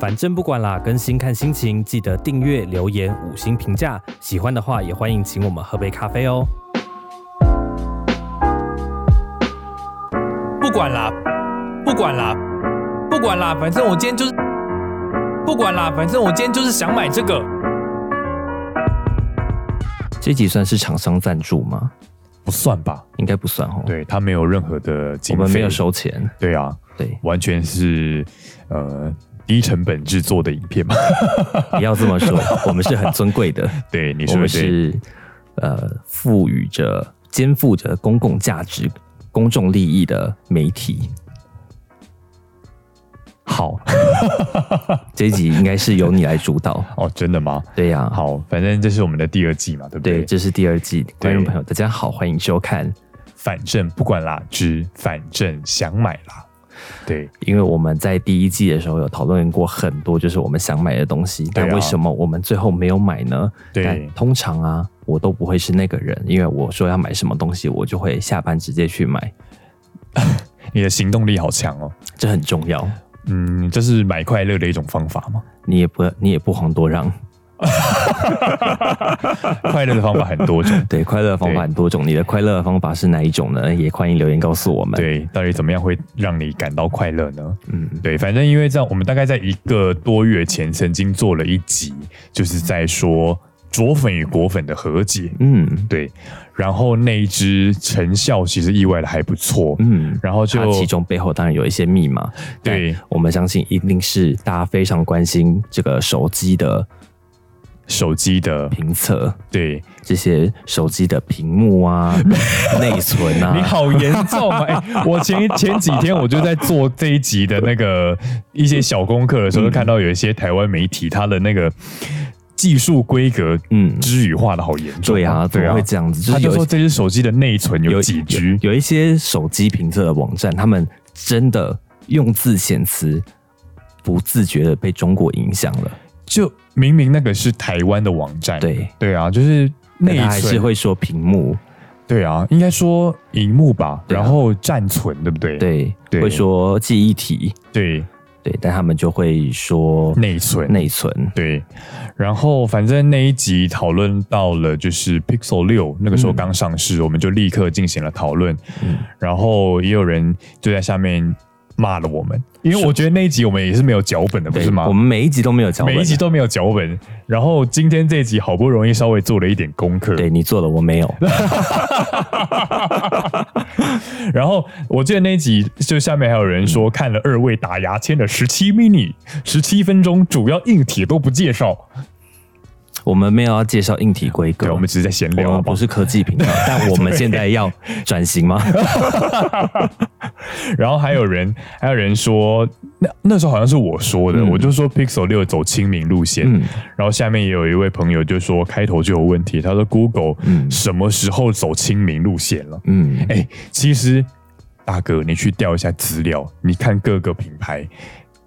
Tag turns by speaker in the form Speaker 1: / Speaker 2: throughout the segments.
Speaker 1: 反正不管啦，更新看心情，记得订阅、留言、五星评价。喜欢的话也欢迎请我们喝杯咖啡哦。
Speaker 2: 不管啦，不管啦，不管啦，反正我今天就是不管啦，反正我今天就是想买这个。
Speaker 1: 这集算是厂商赞助吗？
Speaker 3: 不算吧？
Speaker 1: 应该不算哦。，
Speaker 3: 对他没有任何的
Speaker 1: 我
Speaker 3: 经费，
Speaker 1: 们没有。收钱。
Speaker 3: 对啊，
Speaker 1: 对，
Speaker 3: 完全是呃低成本制作的影 片嘛。
Speaker 1: 不要这么 说，我们是很尊贵的，
Speaker 3: 对，你
Speaker 1: 我
Speaker 3: 说的
Speaker 1: 们
Speaker 3: 对。
Speaker 1: 是呃赋予着、肩负着公共价值、公众利益的媒体。好， 这一集应该是由你来主导。
Speaker 3: 哦，真的吗？
Speaker 1: 对呀、，
Speaker 3: 好，反正这是我们的第二季嘛，对不
Speaker 1: 对，
Speaker 3: 对？
Speaker 1: 这是第二季，观众朋友大家好，欢迎收看。
Speaker 3: 反正不管啦，只反正想买啦。对，
Speaker 1: 因为我们在第一季的时候有讨论过很多，就是我们想买的东西，
Speaker 3: 对啊
Speaker 1: 但为什么我们最后没有买呢？
Speaker 3: 对
Speaker 1: 但通常啊，我都不会是那个人，因为我说要买什么东西，我就会下班直接去买，
Speaker 3: 你的行动力好强哦。
Speaker 1: 这很重要。
Speaker 3: 嗯，这是买快乐的一种方法嘛。
Speaker 1: 你也不你也不遑多让，
Speaker 3: 快乐的方法很 多种。
Speaker 1: 对，快乐的方法
Speaker 3: 对
Speaker 1: 很多种，你的快乐的方法是哪一种呢？也欢迎留言告诉我们。，
Speaker 3: 对，到底怎么样会让你感到快乐呢？
Speaker 1: 嗯，
Speaker 3: 对，反正因为这样，我们大概在一个多月前曾经做了一集，就是在说左粉与果粉的和解。
Speaker 1: 嗯
Speaker 3: 对，然后那一支成效其实意外的还不错，
Speaker 1: 嗯，
Speaker 3: 然后
Speaker 1: 它
Speaker 3: 就
Speaker 1: 其中背后当然有一些密码，
Speaker 3: 对
Speaker 1: 但我们相信一定是大家非常关心这个手机的
Speaker 3: 手机的
Speaker 1: 评测，
Speaker 3: 对，
Speaker 1: 这些手机的屏幕 啊、内存
Speaker 3: 你
Speaker 1: 啊，
Speaker 3: 好严重 啊！哎，我前前几天我就在做这一集的那个一些小功课的
Speaker 1: 嗯
Speaker 3: 时候，就看到有一些台湾媒体它的那个技术规格
Speaker 1: 嗯，
Speaker 3: 之语化的好严重，
Speaker 1: 对啊，怎
Speaker 3: 对
Speaker 1: 么
Speaker 3: 啊
Speaker 1: 会。这样子？就
Speaker 3: 他
Speaker 1: 是
Speaker 3: 就
Speaker 1: 有
Speaker 3: 说这只手机的内存有
Speaker 1: 有
Speaker 3: 几 G，
Speaker 1: 有一些手机评测的网站，他们真的用字遣词不自觉的被中国影响了。
Speaker 3: 就明明那个是台湾的网站，
Speaker 1: 对，
Speaker 3: 对啊，就是内
Speaker 1: 但他还是
Speaker 3: 存，
Speaker 1: 会说屏幕，
Speaker 3: 对啊，应该说荧幕吧，
Speaker 1: 对啊
Speaker 3: 然后占存，对不对？
Speaker 1: 对，
Speaker 3: 对
Speaker 1: 会说记忆体，
Speaker 3: 对，
Speaker 1: 对，但他们就会说
Speaker 3: 内存，
Speaker 1: 内存。
Speaker 3: 对，然后反正那一集讨论到了就是 Pixel 六，那个时候刚上市，我们就立刻进行了讨论，
Speaker 1: 嗯
Speaker 3: 然后也有人就在下面骂了我们，因为我觉得那一集我们也是没有脚本的，不
Speaker 1: 对
Speaker 3: 是吗
Speaker 1: 我？们每一集都没有脚本啊，
Speaker 3: 每一集都没有脚本，然后今天这一集好不容易稍微做了一点功课，
Speaker 1: 对你做了，我没 有。
Speaker 3: 然后我记得那一集就下面还有人说看了二位打牙签的十七 mini，十七分钟主要硬体都不介绍，
Speaker 1: 我们没有要介绍硬体规格，
Speaker 3: 对，我们只是在闲聊
Speaker 1: 我
Speaker 3: 好
Speaker 1: 们
Speaker 3: 不
Speaker 1: 不
Speaker 3: 好，
Speaker 1: 是科技频 道，但我们现在要转型吗？
Speaker 3: 然后还有人还有人说那那时候好像是我说的，
Speaker 1: 嗯
Speaker 3: 我就说 Pixel 六走亲民路线，
Speaker 1: 嗯
Speaker 3: 然后下面也有一位朋友就说开头就有问题，他说 Google
Speaker 1: 嗯
Speaker 3: 什么时候走亲民路线了？
Speaker 1: 嗯，
Speaker 3: 哎、其实大哥，你去调一下资料，你看各个品牌，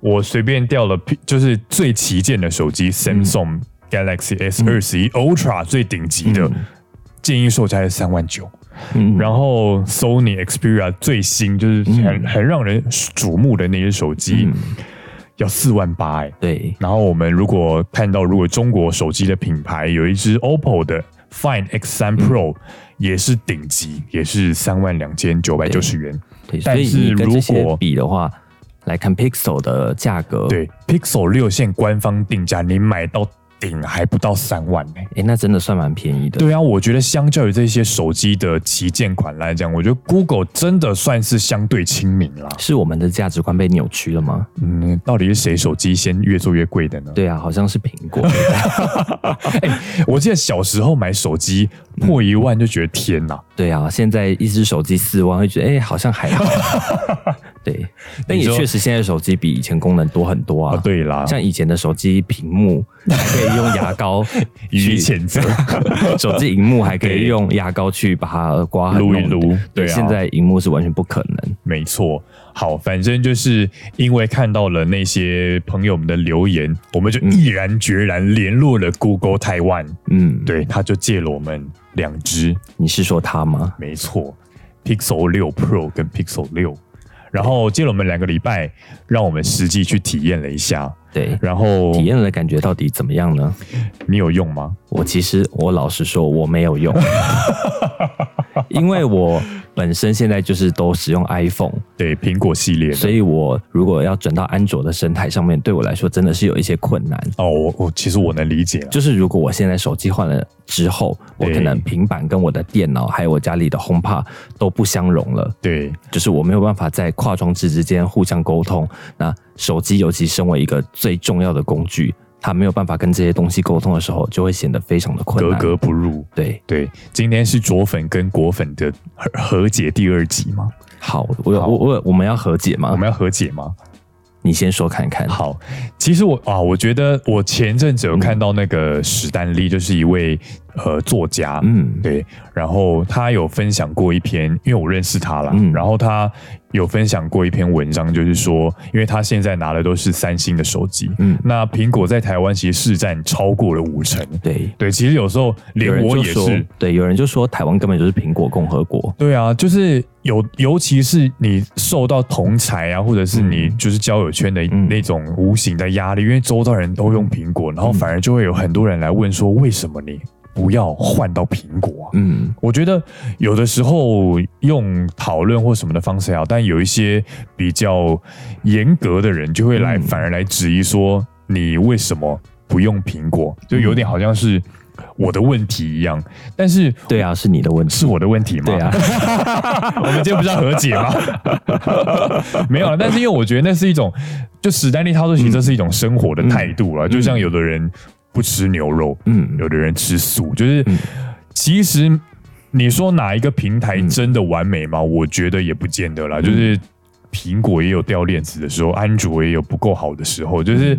Speaker 3: 我随便调了，就是最旗舰的手机 Samsung Galaxy S 二十一 Ultra 最顶级的，建议售价是三万九。
Speaker 1: 嗯
Speaker 3: 然后 Sony Xperia 最新就是很、很让人瞩目的那些手机，要四万八哎。
Speaker 1: 嗯对，
Speaker 3: 然后我们如果看到，如果中国手机的品牌有一只 OPPO 的 Find
Speaker 1: 嗯
Speaker 3: X3 Pro，、也是顶级，也是三万两千九百九十元。
Speaker 1: 对，所
Speaker 3: 但
Speaker 1: 以
Speaker 3: 是
Speaker 1: 你跟这
Speaker 3: 如
Speaker 1: 些
Speaker 3: 果
Speaker 1: 比的话，来看 Pixel 的价格，，
Speaker 3: 对 Pixel 六现官方定价，你买到顶还不到三万呢、
Speaker 1: 哎，那真的算蛮便宜的。
Speaker 3: 对啊，我觉得相较于这些手机的旗舰款来讲，我觉得 Google 真的算是相对亲民啦。
Speaker 1: 是我们的价值观被扭曲了吗？
Speaker 3: 嗯，到底是谁手机先越做越贵的呢？
Speaker 1: 对啊，好像是苹 果。
Speaker 3: 我记得小时候买手机破一万就觉得天哪，
Speaker 1: 对啊，现在一只手机四万，会觉得哎、诶好像还 好。对，但也
Speaker 3: 说
Speaker 1: 确实现在手机比以前功能多很多啊。
Speaker 3: 啊，对啦，
Speaker 1: 像以前的手机屏 幕还可以用牙膏
Speaker 3: 予
Speaker 1: 去
Speaker 3: 以谴责。
Speaker 1: 手机荧幕还可以
Speaker 3: 对
Speaker 1: 用牙膏去把它刮痕
Speaker 3: 撸一
Speaker 1: 弄
Speaker 3: 撸
Speaker 1: 掉对，
Speaker 3: 对啊
Speaker 1: 现在荧幕是完全不可能。
Speaker 3: 没错，好，反正就是因为看到了那些朋友们的留言，我们就毅然决然联络了 Google Taiwan，、
Speaker 1: 嗯，
Speaker 3: 对，他就借了我们两只，
Speaker 1: 你是说它吗？
Speaker 3: 没错，Pixel 六 Pro 跟 Pixel 六，然后借了我们两个礼拜，让我们实际去体验了一下。
Speaker 1: 对，
Speaker 3: 然后
Speaker 1: 体验了感觉到底怎么样呢？
Speaker 3: 你有用吗？
Speaker 1: 我其实我老实说，我没有用， 因为我本身现在就是都使用 iPhone，
Speaker 3: 对，苹果系列
Speaker 1: 所
Speaker 3: 的。
Speaker 1: 以我如果要转到安卓的生态上面，对我来说真的是有一些困难。
Speaker 3: 哦，我我其实我能理解啊，
Speaker 1: 就是如果我现在手机换了之后，我
Speaker 3: 对
Speaker 1: 可能平板跟我的电脑还有我家里的 HomePod 都不相容了，
Speaker 3: 对
Speaker 1: 就是我没有办法在跨装置之间互相沟通。那手机尤其身为一个最重要的工具，它没有办法跟这些东西沟通的时候，就会显得非常的困
Speaker 3: 格
Speaker 1: 难。
Speaker 3: 格不入。
Speaker 1: 对，
Speaker 3: 对，今天是左粉跟果粉的和和解第二集吗？
Speaker 1: 好，我有
Speaker 3: 好
Speaker 1: 我我我们要和解
Speaker 3: 我
Speaker 1: 吗？
Speaker 3: 们要和解吗？
Speaker 1: 你先说看看。
Speaker 3: 好，其实我啊，我觉得我前阵子有看到那个史丹利，就是一位呃作家，
Speaker 1: 嗯，
Speaker 3: 对，然后他有分享过一篇，因为我认识他啦，
Speaker 1: 嗯
Speaker 3: 然后他有分享过一篇文章，就是说，因为他现在拿的都是三星的手机，
Speaker 1: 嗯
Speaker 3: 那苹果在台湾其实市占超过了五成，
Speaker 1: 对，
Speaker 3: 对，其实有时候
Speaker 1: 有
Speaker 3: 连
Speaker 1: 人
Speaker 3: 我
Speaker 1: 就
Speaker 3: 也
Speaker 1: 说
Speaker 3: 是。，
Speaker 1: 对，有人就说台湾根本就是苹果共和国。
Speaker 3: 对啊，就是有，尤其是你受到同才啊，或者是你就是交友圈的
Speaker 1: 嗯
Speaker 3: 那种无形的压力，因为周遭人都用苹果，然后反而就会有很多人来问说，为什么你不要换到苹果啊？
Speaker 1: 嗯
Speaker 3: 我觉得有的时候用讨论或什么的方式也好，但有一些比较严格的人就会来，
Speaker 1: 嗯
Speaker 3: 反而来质疑说你为什么不用苹果，就有
Speaker 1: 嗯
Speaker 3: 点好像是我的问题一样。但是，
Speaker 1: 对啊，是你的问题。
Speaker 3: 是我的问题吗？
Speaker 1: 对啊，
Speaker 3: 我 们今天不是要和解 吗？没有啊，但是因为我觉得那是一种，就史丹利他说，其实这是一种生活的态度啊，就像有的人不吃牛肉，
Speaker 1: 嗯
Speaker 3: 有的人吃素，就是、
Speaker 1: 嗯
Speaker 3: 其实你说哪一个平台
Speaker 1: 嗯
Speaker 3: 真的完美吗？我觉得也不见得啦，就是苹果也有掉链子的时候，安卓也有不够好的时候，
Speaker 1: 嗯
Speaker 3: 就是。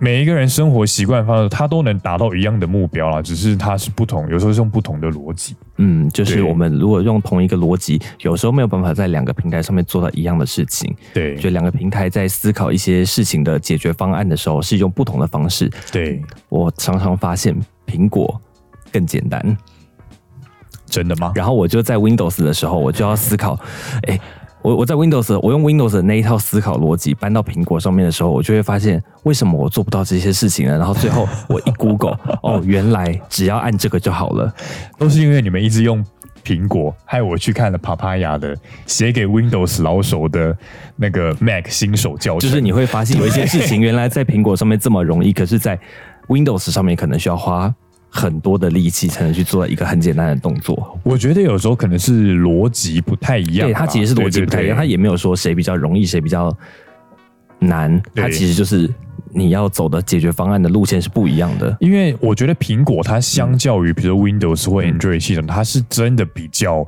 Speaker 3: 每一个人生活习惯方式，他都能达到一样的目标啦，只是他是不同，有时候是用不同的逻辑。
Speaker 1: 嗯，就是
Speaker 3: 对
Speaker 1: 我们如果用同一个逻辑，有时候没有办法在两个平台上面做到一样的事情。
Speaker 3: 对，
Speaker 1: 就两个平台在思考一些事情的解决方案的时候，是用不同的方式。
Speaker 3: 对，
Speaker 1: 我常常发现苹果更简单，
Speaker 3: 真的吗？
Speaker 1: 然后我就在 Windows 的时候，我就要思考，哎、我我在 Windows 我用 Windows 的那一套思考逻辑搬到苹果上面的时候，我就会发现为什么我做不到这些事情呢？然后最后我一 Google，哦，原来只要按这个就好了。
Speaker 3: 都是因为你们一直用苹果，害我去看了 Papaya 的写给 Windows 老手的那个 Mac 新手教
Speaker 1: 就
Speaker 3: 程，
Speaker 1: 是你会发现有一些事情原来在苹果上面这么容易，可是，在 Windows 上面可能需要花很多的力气才能去做一个很简单的动作。
Speaker 3: 我觉得有时候可能是逻辑不太一样
Speaker 1: 对，
Speaker 3: 吧，
Speaker 1: 它其实是逻辑不太一样，它
Speaker 3: 啊对对对
Speaker 1: 也没有说谁比较容易，谁比较难，它
Speaker 3: 对
Speaker 1: 其实就是你要走的解决方案的路线是不一样的。
Speaker 3: 因为我觉得苹果它相较于比如说 Windows 或 Android 系统，它是真的比较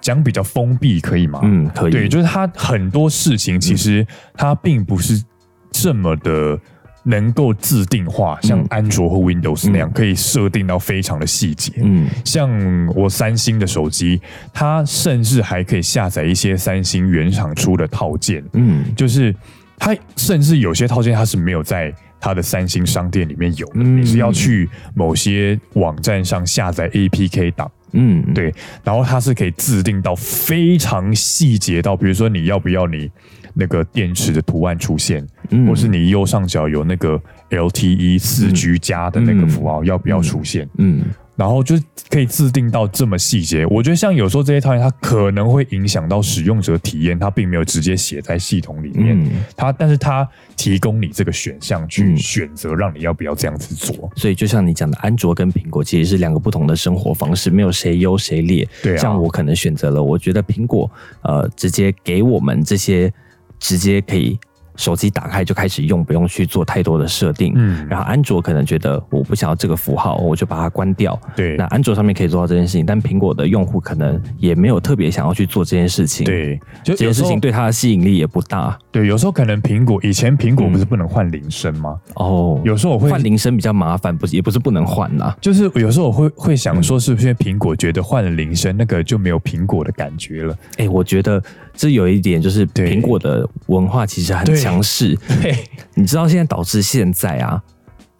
Speaker 3: 讲比较封闭，可以吗？
Speaker 1: 嗯，可以，
Speaker 3: 对，就是它很多事情其实它并不是这么的能够自定化，像安卓或 Windows 那样、可以设定到非常的细节。
Speaker 1: 嗯
Speaker 3: 像我三星的手机，它甚至还可以下载一些三星原厂出的套件，
Speaker 1: 嗯
Speaker 3: 就是它甚至有些套件它是没有在它的三星商店里面有的，
Speaker 1: 嗯
Speaker 3: 你是要去某些网站上下载 APK 档，
Speaker 1: 嗯，
Speaker 3: 对，然后它是可以制定到非常细节到，比如说你要不要你那个电池的图案出现，
Speaker 1: 嗯
Speaker 3: 或是你右上角有那个 LTE 四 G 加的那个符号、要不要出现，
Speaker 1: 嗯
Speaker 3: 然后就是可以制定到这么细节。我觉得像有时候这些套件它可能会影响到使用者体验，它并没有直接写在系统里面，
Speaker 1: 嗯，
Speaker 3: 它但是它提供你这个选项去
Speaker 1: 嗯
Speaker 3: 选择，让你要不要这样子做。
Speaker 1: 所以就像你讲的，安卓跟苹果其实是两个不同的生活方式，没有谁优谁劣。
Speaker 3: 对啊
Speaker 1: 像我可能选择了，我觉得苹果呃直接给我们这些直接可以手机打开就开始用，不用去做太多的设定。
Speaker 3: 嗯，
Speaker 1: 然后安卓可能觉得我不想要这个符号，我就把它关掉。
Speaker 3: 对
Speaker 1: 那安卓上面可以做到这件事情，但苹果的用户可能也没有特别想要去做这件事情。，
Speaker 3: 对，就
Speaker 1: 这件
Speaker 3: 有
Speaker 1: 事
Speaker 3: 时候
Speaker 1: 情对它的吸引力也不大。
Speaker 3: 对，有时候可能苹果以前苹果不是不能换铃声吗？
Speaker 1: 嗯哦，
Speaker 3: 有时候我会
Speaker 1: 换铃声比较麻烦，不是也不是不能换啦。
Speaker 3: 就是有时候我会会想
Speaker 1: 嗯
Speaker 3: 说，是不是因为苹果觉得换了铃声那个就没有苹果的感觉 了？
Speaker 1: 哎、我觉得这有一点就是
Speaker 3: 对
Speaker 1: 苹果的文化其实很
Speaker 3: 对
Speaker 1: 强 势，
Speaker 3: 对，嗯
Speaker 1: 你知道现在导致现在啊，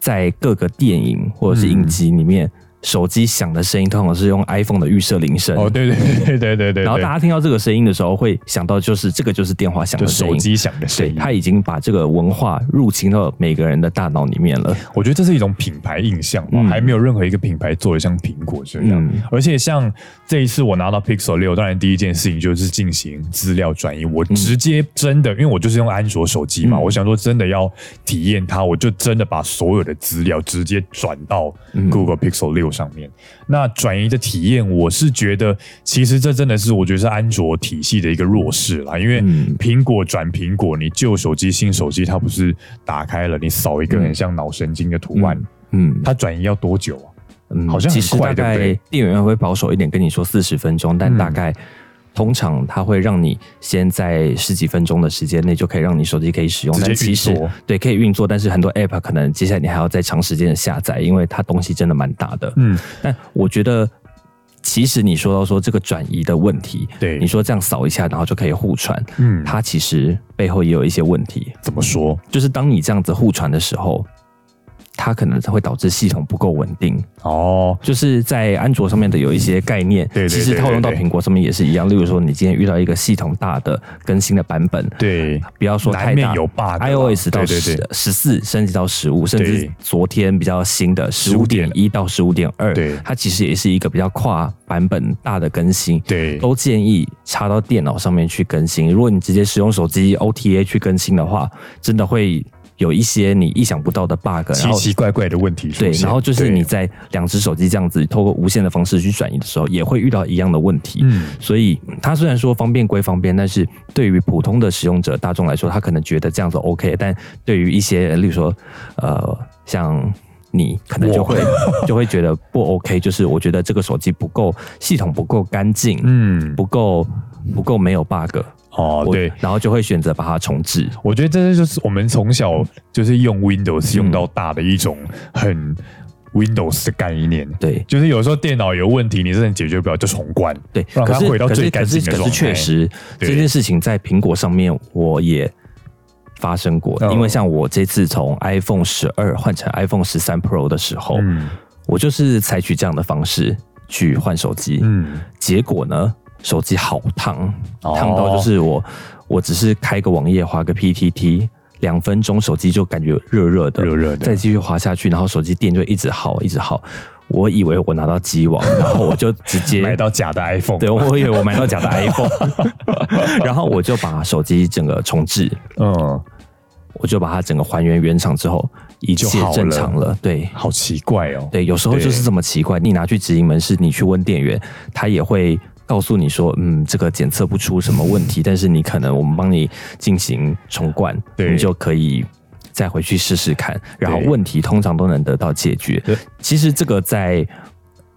Speaker 1: 在各个电影或者是影集里面，手机响的声音通常是用 iPhone 的预设铃声。
Speaker 3: 哦，对对对对对对对，
Speaker 1: 然后大家听到这个声音的时候，会想到就是这个就是电话响
Speaker 3: 就
Speaker 1: 的声
Speaker 3: 手
Speaker 1: 音，
Speaker 3: 机响的声
Speaker 1: 对，
Speaker 3: 音，
Speaker 1: 他已经把这个文化入侵到每个人的大脑里面了。
Speaker 3: 我觉得这是一种品牌印象吧，
Speaker 1: 嗯
Speaker 3: 还没有任何一个品牌做的像苹果这样。
Speaker 1: 嗯
Speaker 3: 而且像这一次我拿到 Pixel 六，当然第一件事情就是进行资料转移，我直接真的，因为我就是用安卓手机嘛，
Speaker 1: 嗯
Speaker 3: 我想说真的要体验它，我就真的把所有的资料直接转到
Speaker 1: 嗯
Speaker 3: Google Pixel 六上面。那转移的体验，我是觉得其实这真的是我觉得是安卓体系的一个弱势啦，因为
Speaker 1: 嗯
Speaker 3: 苹果转苹果，你旧手机新手机它不是打开了，你扫一个很像脑神经的图案，
Speaker 1: 嗯
Speaker 3: 它转移要多久啊？
Speaker 1: 嗯
Speaker 3: 好像
Speaker 1: 其
Speaker 3: 很
Speaker 1: 实
Speaker 3: 快
Speaker 1: 大
Speaker 3: 对不对
Speaker 1: 概店员会保守一点跟你说四十分钟，但
Speaker 3: 嗯
Speaker 1: 大概通常他会让你先在十几分钟的时间内就可以让你手机可以使用，
Speaker 3: 直接
Speaker 1: 但其
Speaker 3: 运
Speaker 1: 实
Speaker 3: 作
Speaker 1: 对可以运作，但是很多 app 可能接下来你还要再长时间的下载，因为它东西真的蛮大的。
Speaker 3: 嗯，
Speaker 1: 但我觉得。其实你说到说这个转移的问题，
Speaker 3: 对
Speaker 1: 你说这样扫一下，然后就可以互传，
Speaker 3: 嗯
Speaker 1: 它其实背后也有一些问题。
Speaker 3: 怎么说？
Speaker 1: 就是当你这样子互传的时候，它可能会导致系统不够稳定。
Speaker 3: 哦，
Speaker 1: 就是在安卓上面的有一些概念，
Speaker 3: 对对对
Speaker 1: 其实套用到
Speaker 3: 对对
Speaker 1: 苹果上面也是一样。例如说，你今天遇到一个系统大的更新的版本，
Speaker 3: 对，
Speaker 1: 不要说
Speaker 3: 难
Speaker 1: 太
Speaker 3: 免
Speaker 1: 大。
Speaker 3: 有 bug 啦。
Speaker 1: iOS 到
Speaker 3: 对对
Speaker 1: 十
Speaker 3: 对
Speaker 1: 十四升级到十五，甚至
Speaker 3: 对
Speaker 1: 昨天比较新的十五点一
Speaker 3: 15.1
Speaker 1: 到十五点二，
Speaker 3: 对
Speaker 1: 它其实也是一个比较跨版本大的更新。
Speaker 3: 对，
Speaker 1: 都建议插到电脑上面去更新。如果你直接使用手机 OTA 去更新的话，真的会有一些你意想不到的 bug，然
Speaker 3: 奇
Speaker 1: 后。
Speaker 3: 奇怪怪的问题出
Speaker 1: 对，
Speaker 3: 现
Speaker 1: 然后就是你
Speaker 3: 对
Speaker 1: 在两只手机这样子透过无线的方式去转移的时候，也会遇到一样的问题。
Speaker 3: 嗯，
Speaker 1: 所以嗯它虽然说方便归方便，但是对于普通的使用者大众来说，他可能觉得这样子 OK，但对于一些例如说呃像。你可能就会 就会觉得不 OK，就是我觉得这个手机不够系统不够干净，
Speaker 3: 嗯，
Speaker 1: 不够不够没有 bug，
Speaker 3: 哦，
Speaker 1: 我
Speaker 3: 对，
Speaker 1: 然后就会选择把它重置。
Speaker 3: 我觉得这就是我们从小就是用
Speaker 1: 嗯
Speaker 3: Windows 用到大的一种很 Windows 的概念。
Speaker 1: 对
Speaker 3: 就是有时候电脑有问题，你真的解决不了，就重灌。
Speaker 1: 对，
Speaker 3: 让它
Speaker 1: 可是
Speaker 3: 回到
Speaker 1: 可
Speaker 3: 最
Speaker 1: 是
Speaker 3: 干
Speaker 1: 可
Speaker 3: 净
Speaker 1: 是
Speaker 3: 的
Speaker 1: 可
Speaker 3: 状
Speaker 1: 是
Speaker 3: 态
Speaker 1: 确实
Speaker 3: 对
Speaker 1: 这件事情在苹果上面我也发生过，
Speaker 3: 哦
Speaker 1: 因为像我这次从 iPhone 十二换成 iPhone 十三 Pro 的时候，
Speaker 3: 嗯
Speaker 1: 我就是采取这样的方式去换手机，
Speaker 3: 嗯，
Speaker 1: 结果呢，手机好烫，
Speaker 3: 哦
Speaker 1: 烫到就是我、我只是开个网页滑个 PTT。两分钟，手机就感觉热热的，
Speaker 3: 热热的
Speaker 1: 再继续滑下去，然后手机电就一直耗，一直耗。我以为我拿到机网，然后我就直接
Speaker 3: 买到假的 iPhone。
Speaker 1: 对，我以为我买到假的 iPhone，然 后我就把手机整个重置，
Speaker 3: 嗯，
Speaker 1: 我就把它整个还原原厂之后，一
Speaker 3: 就
Speaker 1: 切
Speaker 3: 好了
Speaker 1: 正常了。对
Speaker 3: 好奇怪哦。
Speaker 1: 对，有时候就是这么奇怪。你拿去直营门市，你去问店员，他也会告诉你说，嗯，这个检测不出什么问题，但是你可能我们帮你进行重灌，
Speaker 3: 对
Speaker 1: 你就可以。再回去试试看，然后
Speaker 3: 对
Speaker 1: 问题通常都能得到解决
Speaker 3: 对。
Speaker 1: 其实这个在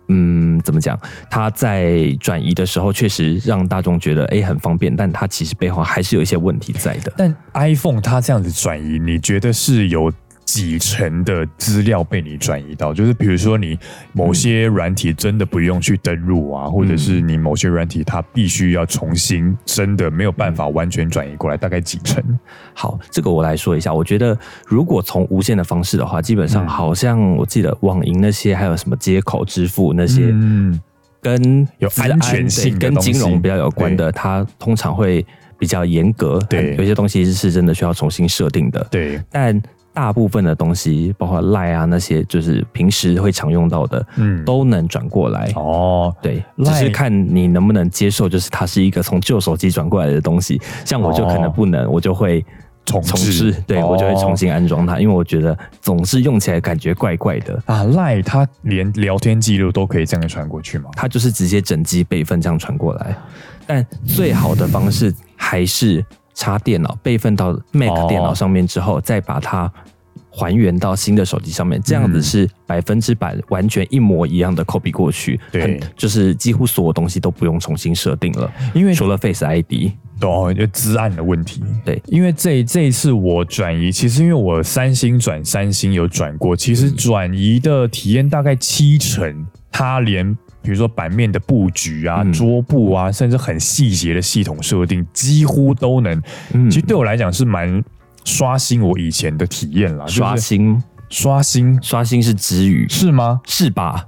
Speaker 1: 嗯，怎么讲？它在转移的时候，确实让大众觉得哎、诶很方便，但它其实背后还是有一些问题在的。
Speaker 3: 但 iPhone 它这样子转移，你觉得是有几成的资料被你转移到？就是比如说你某些软体真的不用去登录啊，或者是你某些软体它必须要重新，真的没有办法完全转移过来，大概几成？
Speaker 1: 好，这个我来说一下。我觉得如果从无线的方式的话，基本上
Speaker 3: 嗯
Speaker 1: 好像我记得网银那些，还有什么接口支付那些，
Speaker 3: 嗯，
Speaker 1: 跟
Speaker 3: 有
Speaker 1: 治安
Speaker 3: 安全性
Speaker 1: 对
Speaker 3: 的
Speaker 1: 跟
Speaker 3: 东西
Speaker 1: 金融比较有关的，它通常会比较严格。
Speaker 3: 对
Speaker 1: 有些东西是真的需要重新设定的。
Speaker 3: 对，
Speaker 1: 但大部分的东西，包括赖啊那些，就是平时会常用到的，
Speaker 3: 嗯，
Speaker 1: 都能转过来。
Speaker 3: 哦，
Speaker 1: 对，只
Speaker 3: Line
Speaker 1: 是看你能不能接受，就是它是一个从旧手机转过来的东西。像我就可能不能，我就会
Speaker 3: 重置
Speaker 1: 哦重置，对、
Speaker 3: 哦
Speaker 1: 我就会重新安装它，因为我觉得总是用起来感觉怪怪的。
Speaker 3: 啊赖它连聊天记录都可以这样传过去吗？
Speaker 1: 它就是直接整机备份这样传过来，但最好的方式还是插电脑备份到 Mac
Speaker 3: 哦
Speaker 1: 电脑上面之后，再把它还原到新的手机上面，这样子
Speaker 3: 嗯
Speaker 1: 是百分之百完全一模一样的 copy 过去，
Speaker 3: 对
Speaker 1: 很就是几乎所有东西都不用重新设定了，
Speaker 3: 因为
Speaker 1: 除了 Face ID，
Speaker 3: 哦，就资案的问题。
Speaker 1: 对
Speaker 3: 因为这这一次我转移，其实因为我三星转三星有转过，其实转移的体验大概七成，它连。比如说版面的布局啊、
Speaker 1: 嗯
Speaker 3: 桌布啊，甚至很细节的系统设定，几乎都能。
Speaker 1: 嗯
Speaker 3: 其实对我来讲是蛮刷新我以前的体验啦，就是
Speaker 1: 刷新
Speaker 3: 刷新
Speaker 1: 刷新是之语
Speaker 3: 是吗？
Speaker 1: 是吧？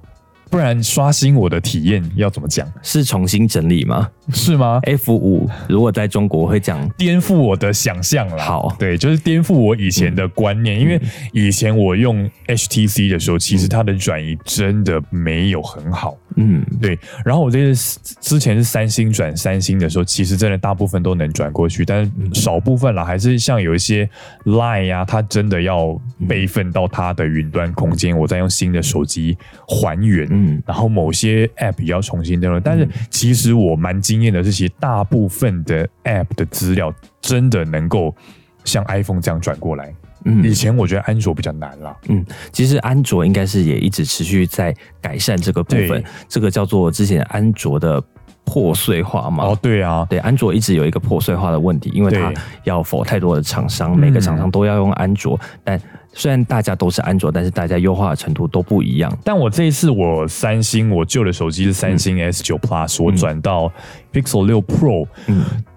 Speaker 3: 不然刷新我的体验要怎么讲？
Speaker 1: 是重新整理吗
Speaker 3: 是吗？
Speaker 1: ？F 五如果在中国会讲
Speaker 3: 颠覆我的想象啦。
Speaker 1: 好嗯
Speaker 3: 对，就是颠覆我以前的观念，因为以前我用 HTC 的时候，其实它的转移真的没有很好。
Speaker 1: 嗯
Speaker 3: 对，然后我这次之前是三星转三星的时候，其实真的大部分都能转过去，但是
Speaker 1: 嗯
Speaker 3: 少部分啦，还是像有一些 Line 呀、它真的要
Speaker 1: 嗯
Speaker 3: 备份到它的云端空间，我再用新的手机还原。
Speaker 1: 嗯
Speaker 3: 然后某些 App 也要重新登录。但是其实我蛮惊艳的是，其实大部分的 App 的资料真的能够像 iPhone 这样转过来。以
Speaker 1: 嗯
Speaker 3: 前我觉得安卓比较难啦，
Speaker 1: 嗯，其实安卓应该是也一直持续在改善这个部分
Speaker 3: 对，
Speaker 1: 这个叫做之前安卓的破碎化嘛。
Speaker 3: 哦，对啊，
Speaker 1: 对，安卓一直有一个破碎化的问题，因为它
Speaker 3: 对
Speaker 1: 要否太多的厂商，每个
Speaker 3: 嗯
Speaker 1: 厂商都要用安卓，但虽然大家都是安卓，但是大家优化的程度都不一样。
Speaker 3: 但我这一次我三星，我旧的手机是三星 S 九 Plus，、我转到 Pixel 六 Pro，、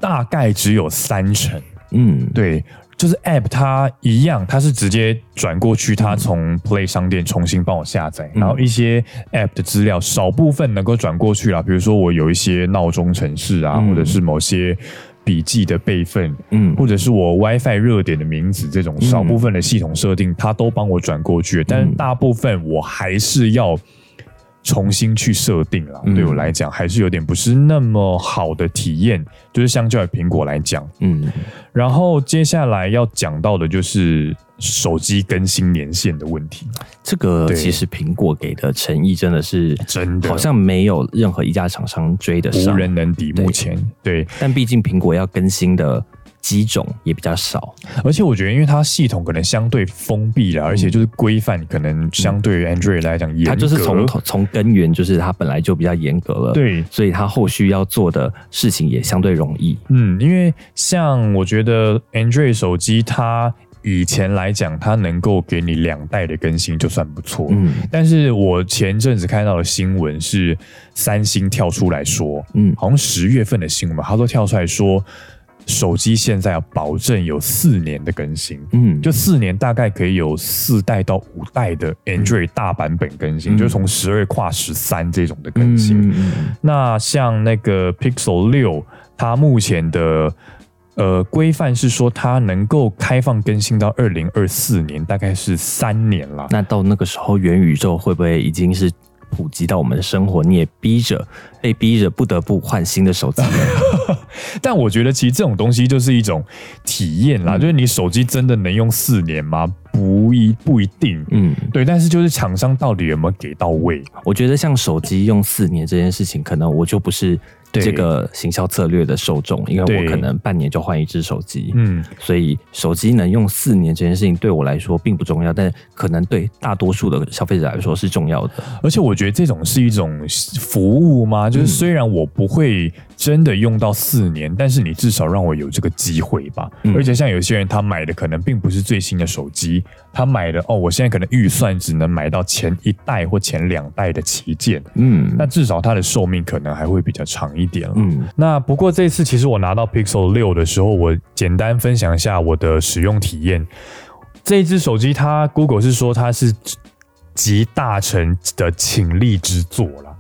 Speaker 3: 大概只有三成。
Speaker 1: 嗯，
Speaker 3: 对，就是 App 它一样，它是直接转过去，它从 Play 商店重新帮我下载，
Speaker 1: 嗯
Speaker 3: 然后一些 App 的资料少部分能够转过去啦，比如说我有一些闹钟程式啊，
Speaker 1: 嗯
Speaker 3: 或者是某些。笔记的备份，
Speaker 1: 嗯
Speaker 3: 或者是我 WiFi 热点的名字这种少部分的系统设定，它都帮我转过去了，但
Speaker 1: 嗯
Speaker 3: 是大部分我还是要重新去设定啦。
Speaker 1: 嗯
Speaker 3: 对我来讲，还是有点不是那么好的体验，就是相较于苹果来讲。
Speaker 1: 嗯
Speaker 3: 然后接下来要讲到的就是手机更新年限的问题，
Speaker 1: 这个
Speaker 3: 对
Speaker 1: 其实苹果给的诚意真的是
Speaker 3: 真的
Speaker 1: 好像没有任何一家厂商追得
Speaker 3: 无
Speaker 1: 上，
Speaker 3: 人能敌。
Speaker 1: 对
Speaker 3: 目前对，
Speaker 1: 但毕竟苹果要更新的机种也比较少。
Speaker 3: 而且我觉得，因为它系统可能相对封闭了，而且就是规范可能相对于 Android 来讲严格，
Speaker 1: 它就是从头从根源，就是它本来就比较严格了，，
Speaker 3: 对。
Speaker 1: 所以它后续要做的事情也相对容易。
Speaker 3: 嗯，因为像我觉得 Android 手机，它以前来讲，它能够给你两代的更新就算不错。
Speaker 1: 嗯
Speaker 3: 但是我前阵子看到的新闻是三星跳出来说，
Speaker 1: 嗯
Speaker 3: 好像十月份的新闻吧，他都跳出来说，手机现在要保证有四年的更新，
Speaker 1: 嗯，
Speaker 3: 就四年大概可以有四代到五代的 Android 大版本更新，
Speaker 1: 嗯
Speaker 3: 就是从十二跨十三这种的更
Speaker 1: 嗯
Speaker 3: 新。
Speaker 1: 嗯嗯
Speaker 3: 那像那个 Pixel 六，它目前的呃规范是说，它能够开放更新到二零二四年，大概是三年啦。
Speaker 1: 那到那个时候，元宇宙会不会已经是普及到我们的生活？你也逼着被逼着不得不换新的手机了。
Speaker 3: 但我觉得其实这种东西就是一种体验啦，就是你手机真的能用四年吗？不一不一定。
Speaker 1: 嗯，
Speaker 3: 对，但是就是厂商到底有没有给到位？啊
Speaker 1: 我觉得像手机用四年这件事情，可能我就不是
Speaker 3: 对
Speaker 1: 这个行销策略的受众，因为
Speaker 3: 对
Speaker 1: 我可能半年就换一只手机，
Speaker 3: 嗯，
Speaker 1: 所以手机能用四年这件事情对我来说并不重要，但可能对大多数的消费者来说是重要的。
Speaker 3: 而且我觉得这种是一种服务吗？就是虽然我不会真的用到四年，但是你至少让我有这个机会吧。
Speaker 1: 嗯
Speaker 3: 而且像有些人他买的可能并不是最新的手机，他买的哦，我现在可能预算只能买到前一代或前两代的旗舰，
Speaker 1: 嗯
Speaker 3: 那至少它的寿命可能还会比较长一点了。
Speaker 1: 嗯
Speaker 3: 那不过这次其实我拿到 Pixel 六的时候，我简单分享一下我的使用体验。这一只手机它 Google 是说它是集大成的倾力之作啦，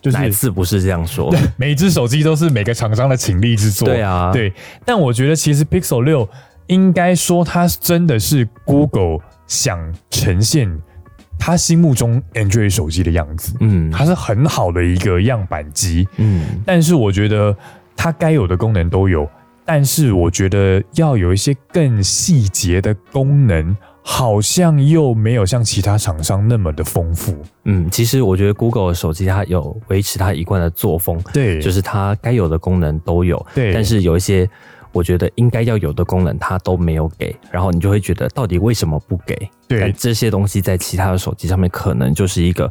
Speaker 3: 就
Speaker 1: 哪一
Speaker 3: 是
Speaker 1: 次不是这样说？
Speaker 3: 每一只手机都是每个厂商的倾力之作。
Speaker 1: 对啊，，
Speaker 3: 对，但我觉得其实 Pixel 六应该说它真的是 Google 想呈现它心目中 Android 手机的样子，
Speaker 1: 嗯
Speaker 3: 它是很好的一个样板机。
Speaker 1: 嗯
Speaker 3: 但是我觉得它该有的功能都有，但是我觉得要有一些更细节的功能，好像又没有像其他厂商那么的丰富。
Speaker 1: 嗯，其实我觉得 Google 的手机它有维持它一贯的作风，
Speaker 3: 对
Speaker 1: 就是是它该有的功能都有，
Speaker 3: 对
Speaker 1: 但是有一些我觉得应该要有的功能它都没有给，然后你就会觉得到底为什么不给？但
Speaker 3: 对
Speaker 1: 这些东西在其他的手机上面可能就是一个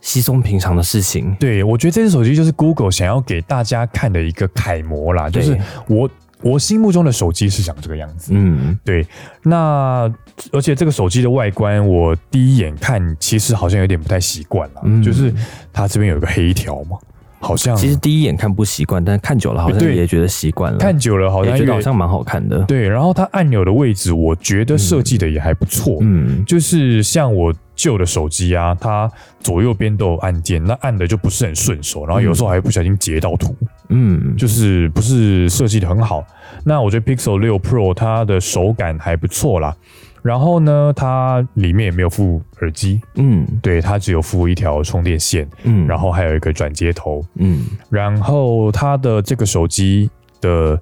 Speaker 1: 稀松平常的事情。
Speaker 3: 对，我觉得这只手机就是 Google 想要给大家看的一个楷模啦，就
Speaker 1: 对
Speaker 3: 是我我心目中的手机是长这个样子。
Speaker 1: 嗯
Speaker 3: 对，那而且这个手机的外观，我第一眼看其实好像有点不太习惯了，
Speaker 1: 嗯
Speaker 3: 就是它这边有一个黑条嘛，好像
Speaker 1: 其实第一眼看不习惯，但看久了好像
Speaker 3: 嗯对
Speaker 1: 也觉得习惯了，
Speaker 3: 看久了好
Speaker 1: 也
Speaker 3: 像
Speaker 1: 觉
Speaker 3: 越
Speaker 1: 得好像蛮好看的。
Speaker 3: 对，然后它按钮的位置，我觉得设计的也还不错。
Speaker 1: 嗯
Speaker 3: 就是像我旧的手机啊，它左右边都有按键，那按的就不是很顺手，然后有时候还不小心截到图，
Speaker 1: 嗯，
Speaker 3: 就是不是设计的很好。那我觉得 Pixel 六 Pro 它的手感还不错啦。然后呢，它里面也没有附耳机，
Speaker 1: 嗯
Speaker 3: 对，它只有附一条充电线，
Speaker 1: 嗯，
Speaker 3: 然后还有一个转接头。
Speaker 1: 嗯
Speaker 3: 然后它的这个手机的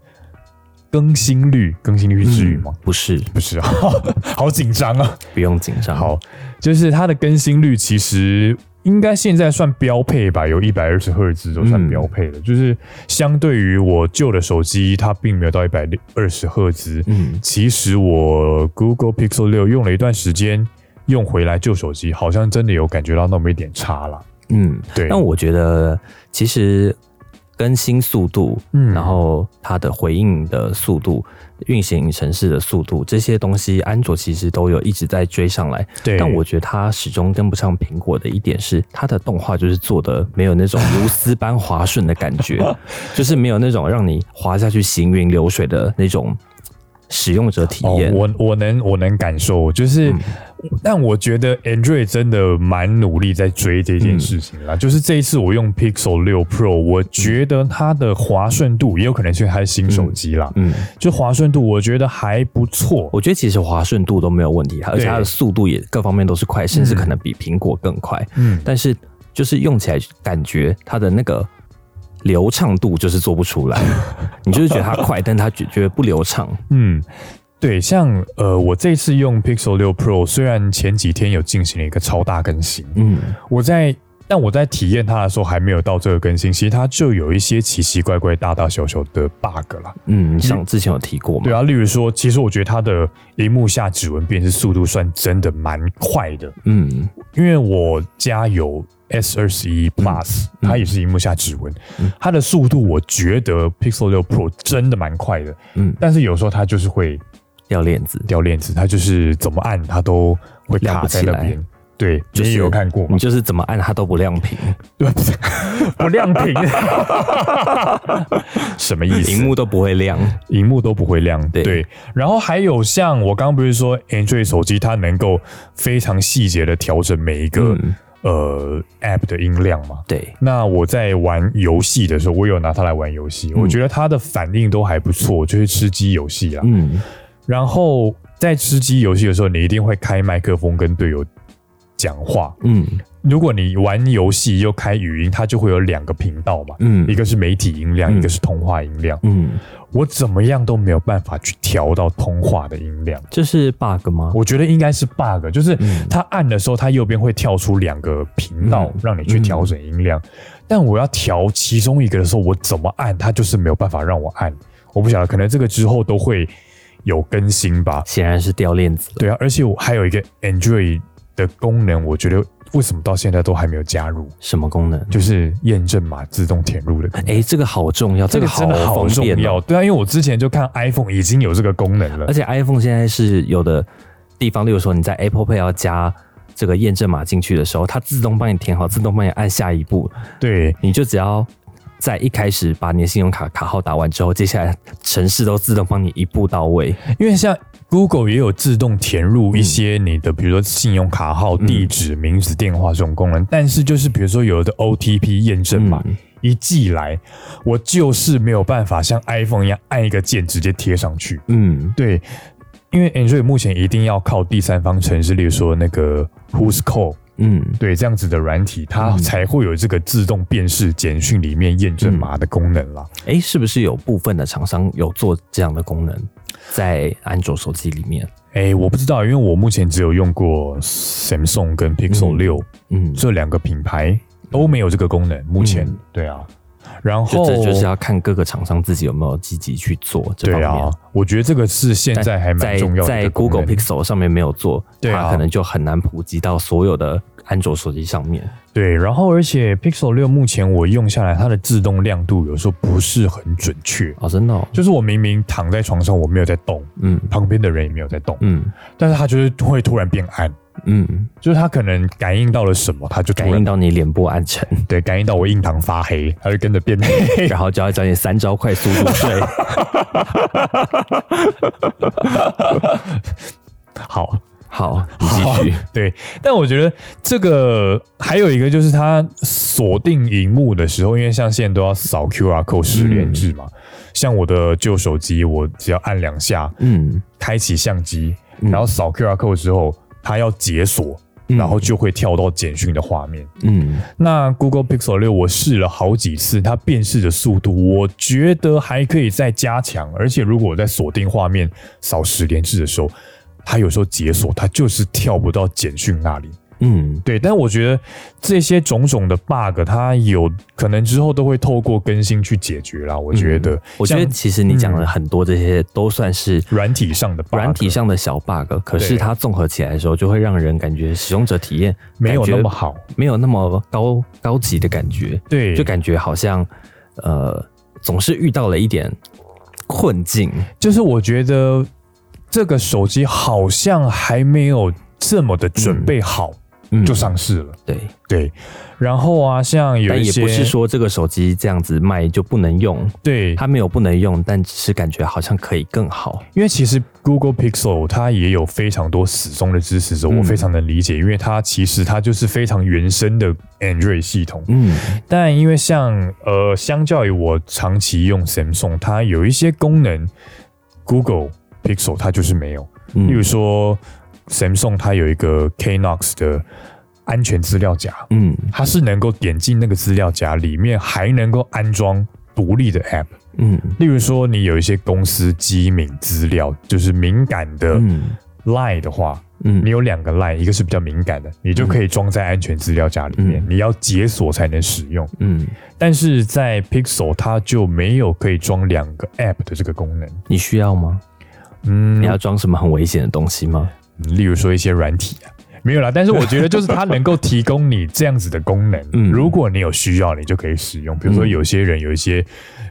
Speaker 3: 更新率，更新率是至于吗？
Speaker 1: 嗯不是，
Speaker 3: 不是啊， 好紧张啊！
Speaker 1: 不用紧张。，
Speaker 3: 好，就是它的更新率其实应该现在算标配吧，有一百二十赫兹都算标配了。就是相对于我旧的手机，它并没有到一百二十赫兹。
Speaker 1: 嗯
Speaker 3: 其实我 Google Pixel 六用了一段时间，用回来旧手机，好像真的有感觉到那么一点差了。
Speaker 1: 嗯，
Speaker 3: 对，
Speaker 1: 但我觉得其实更新速度，
Speaker 3: 嗯
Speaker 1: 然后它的回应的速度、运行程式的速度这些东西，安卓其实都有一直在追上来。
Speaker 3: 对，
Speaker 1: 但我觉得它始终跟不上苹果的一点是，它的动画就是做的没有那种如丝般滑顺的感觉， 就是没有那种让你滑下去行云流水的那种使用者体
Speaker 3: 哦
Speaker 1: 验。，嗯
Speaker 3: 我我能我能感受，就是，但我觉得 Android 真的蛮努力在追这件事情
Speaker 1: 嗯
Speaker 3: 啦。就是这一次我用 Pixel 六 Pro，我觉得它的滑顺度也有可能是因为它是新手机啦，
Speaker 1: 嗯，
Speaker 3: 就滑顺度我觉得还不错。
Speaker 1: 我觉得其实滑顺度都没有问题，而且它的速度也各方面都是快，甚至可能比苹果更快。
Speaker 3: 嗯，
Speaker 1: 但是就是用起来感觉它的那个流畅度就是做不出来， 你就是觉得它快，但它觉觉得不流畅。
Speaker 3: 嗯，对，像呃，我这次用 Pixel 六 Pro，虽然前几天有进行了一个超大更新，
Speaker 1: 嗯
Speaker 3: 我在。但我在体验它的时候还没有到这个更新，其实它就有一些奇奇怪怪、大大小小的 bug 啦。
Speaker 1: 嗯，你像之前有提过嘛
Speaker 3: 对？啊，例如说，其实我觉得它的荧幕下指纹辨识速度算真的蛮快的，
Speaker 1: 嗯
Speaker 3: 因为我家有 S 二十一 Plus，、它也是荧幕下指纹，它的速度我觉得 Pixel 六 Pro 真的蛮快的，
Speaker 1: 嗯，
Speaker 3: 但是有时候它就是会
Speaker 1: 掉链子，
Speaker 3: 掉链子，它就是怎么按它都会
Speaker 1: 亮
Speaker 3: 卡
Speaker 1: 不
Speaker 3: 在
Speaker 1: 起
Speaker 3: 那
Speaker 1: 来
Speaker 3: 边。对，
Speaker 1: 就
Speaker 3: 你
Speaker 1: 是
Speaker 3: 也有看过吗
Speaker 1: 你？就是怎么按它都不亮屏，
Speaker 3: 对，不是 不亮屏， 什么意思？
Speaker 1: 荧幕都不会亮。
Speaker 3: 荧幕都不会亮。
Speaker 1: 对
Speaker 3: 然后还有像我刚刚不是说 Android 手机它能够非常细节的调整每一个、
Speaker 1: 嗯
Speaker 3: 呃 App 的音量嘛？
Speaker 1: 对，
Speaker 3: 那我在玩游戏的时候，我有拿它来玩游戏，
Speaker 1: 嗯
Speaker 3: 我觉得它的反应都还不错，就是吃鸡游戏啦。
Speaker 1: 嗯
Speaker 3: 然后在吃鸡游戏的时候，你一定会开麦克风跟队友讲话。
Speaker 1: 嗯
Speaker 3: 如果你玩游戏又开语音，它就会有两个频道嘛，
Speaker 1: 嗯
Speaker 3: 一个是媒体音
Speaker 1: 嗯
Speaker 3: 量，一个是通话音量。
Speaker 1: 嗯，
Speaker 3: 我怎么样都没有办法去调到通话的音量。
Speaker 1: 这是 bug 吗？
Speaker 3: 我觉得应该是 bug，就是
Speaker 1: 嗯
Speaker 3: 它按的时候，它右边会跳出两个频道
Speaker 1: 嗯
Speaker 3: 让你去调整音量，但我要调其中一个的时候，我怎么按它就是没有办法让我按。我不晓得，可能这个之后都会有更新吧。
Speaker 1: 显然是掉链子了。
Speaker 3: 对啊，而且我还有一个 Android 的功能，我觉得为什么到现在都还没有加入，
Speaker 1: 什么功能？
Speaker 3: 就是验证码自动填入的功能。
Speaker 1: 嗯哎，这个好重要，
Speaker 3: 这个真
Speaker 1: 好
Speaker 3: 的好
Speaker 1: 方
Speaker 3: 重
Speaker 1: 便哦
Speaker 3: 要，对啊，因为我之前就看 iPhone 已经有这个功能了
Speaker 1: 而，且 iPhone 现在是有的地方，例如说你在 Apple Pay 要加这个验证码进去的时候，它自动帮你填好，自动帮你按下一步，
Speaker 3: 对，
Speaker 1: 你就只要在一开始把你的信用卡卡号打完之后，接下来城市都自动帮你一步到位。
Speaker 3: 因为像 Google 也有自动填入一些
Speaker 1: 嗯
Speaker 3: 你的，比如说信用卡号、地址、名字、电话这种功能，但是就是比如说有的 OTP 验证码。
Speaker 1: 嗯
Speaker 3: 一寄来，我就是没有办法像 iPhone 一样按一个键直接贴上去。
Speaker 1: 嗯
Speaker 3: 对，因为 Android 目前一定要靠第三方程式，例如说那个 Who's Call，
Speaker 1: 嗯
Speaker 3: 对这样子的软体，它
Speaker 1: 嗯
Speaker 3: 才会有这个自动辨识简讯里面验证码的功能啦。
Speaker 1: 哎，是不是有部分的厂商有做这样的功能在安卓手机里面？
Speaker 3: 哎、我不知道，因为我目前只有用过 Samsung 跟 Pixel
Speaker 1: 嗯
Speaker 3: 六、
Speaker 1: 嗯，
Speaker 3: 这两个品牌都没有这个功能，目前、
Speaker 1: 嗯
Speaker 3: 对啊。然
Speaker 1: 就
Speaker 3: 后
Speaker 1: 这就是要看各个厂商自己有没有积极去做这方面。
Speaker 3: 对啊，我觉得这个是现在还蛮
Speaker 1: 在
Speaker 3: 重要的一
Speaker 1: 在
Speaker 3: 个功
Speaker 1: Google
Speaker 3: 能。
Speaker 1: Pixel 上面没有做，
Speaker 3: 对啊
Speaker 1: 它可能就很难普及到所有的安卓手机上面。
Speaker 3: 对，然后而且 Pixel 六目前我用下来，它的自动亮度有时候不是很准确，
Speaker 1: 哦，真的、哦，
Speaker 3: 就是我明明躺在床上，我没有在动，
Speaker 1: 嗯
Speaker 3: 旁边的人也没有在动，
Speaker 1: 嗯
Speaker 3: 但是它就是会突然变暗，
Speaker 1: 嗯，
Speaker 3: 就是它可能感应到了什么，它就突
Speaker 1: 感
Speaker 3: 然
Speaker 1: 应到你脸部暗 沉，
Speaker 3: 对感应到我印堂发黑，它就跟着变黑。
Speaker 1: 然后就要教你三招快速入睡。
Speaker 3: 好，
Speaker 1: 好，你继续。
Speaker 3: 哦对，但我觉得这个还有一个就是它锁定荧幕的时候，因为像现在都要扫 QR code 十连制嘛，像我的旧手机，我只要按两下
Speaker 1: 嗯，
Speaker 3: 开启相机，然后扫 QR code 之后，它要解锁，
Speaker 1: 嗯
Speaker 3: 然后就会跳到简讯的画面。
Speaker 1: 嗯
Speaker 3: 那 Google Pixel 六我试了好几次，它辨识的速度，我觉得还可以再加强。而且如果我在锁定画面扫十连制的时候，它有时候解锁，它就是跳不到简讯那里。
Speaker 1: 嗯
Speaker 3: 对，但我觉得这些种种的 bug，它有可能之后都会透过更新去解决啦。我觉得，
Speaker 1: 嗯我觉得
Speaker 3: 像嗯
Speaker 1: 其实你讲了很多这些都算是
Speaker 3: 软体上的 bug，
Speaker 1: 软体上的小 bug，可是
Speaker 3: 对
Speaker 1: 它综合起来的时候，就会让人感觉使用者体验
Speaker 3: 没有
Speaker 1: 感觉
Speaker 3: 那么好。
Speaker 1: 没有那么高高级的感觉，
Speaker 3: 对，
Speaker 1: 就感觉好像呃总是遇到了一点困境。
Speaker 3: 就是我觉得这个手机好像还没有这么的准备好，
Speaker 1: 嗯
Speaker 3: 就上市了。
Speaker 1: 对，
Speaker 3: 对，然后啊，像有
Speaker 1: 但
Speaker 3: 一
Speaker 1: 也
Speaker 3: 些
Speaker 1: 不是说这个手机这样子卖就不能用，
Speaker 3: 对，
Speaker 1: 它没有不能用，但只是感觉好像可以更好。
Speaker 3: 因为其实 Google Pixel 它也有非常多死忠的支持者，我
Speaker 1: 嗯
Speaker 3: 非常能理解，因为它其实它就是非常原生的 Android 系统。
Speaker 1: 嗯
Speaker 3: 但因为像呃，相较于我长期用 Samsung，它有一些功能 Google Pixel 它就是没有，
Speaker 1: 嗯
Speaker 3: 例如说 Samsung 它有一个 Knox 的安全资料夹，
Speaker 1: 嗯
Speaker 3: 它是能够点进那个资料夹里面，还能够安装独立的 App。
Speaker 1: 嗯
Speaker 3: 例如说，你有一些公司机敏资料，就是敏感的
Speaker 1: 嗯
Speaker 3: Line 的话，
Speaker 1: 嗯，
Speaker 3: 呃你有两个 Line，一个是比较敏感的，你就可以装在安全资料夹里面，
Speaker 1: 嗯
Speaker 3: 你要解锁才能使用。
Speaker 1: 嗯，
Speaker 3: 但是在 Pixel 它就没有可以装两个 App 的这个功能。
Speaker 1: 你需要吗？
Speaker 3: 嗯
Speaker 1: 你，要装什么很危险的东西吗？
Speaker 3: 例如说一些软体啊，没有啦。但是我觉得就是它能够提供你这样子的功能，
Speaker 1: 嗯
Speaker 3: 如果你有需要，你就可以使用。比如说有些人有一些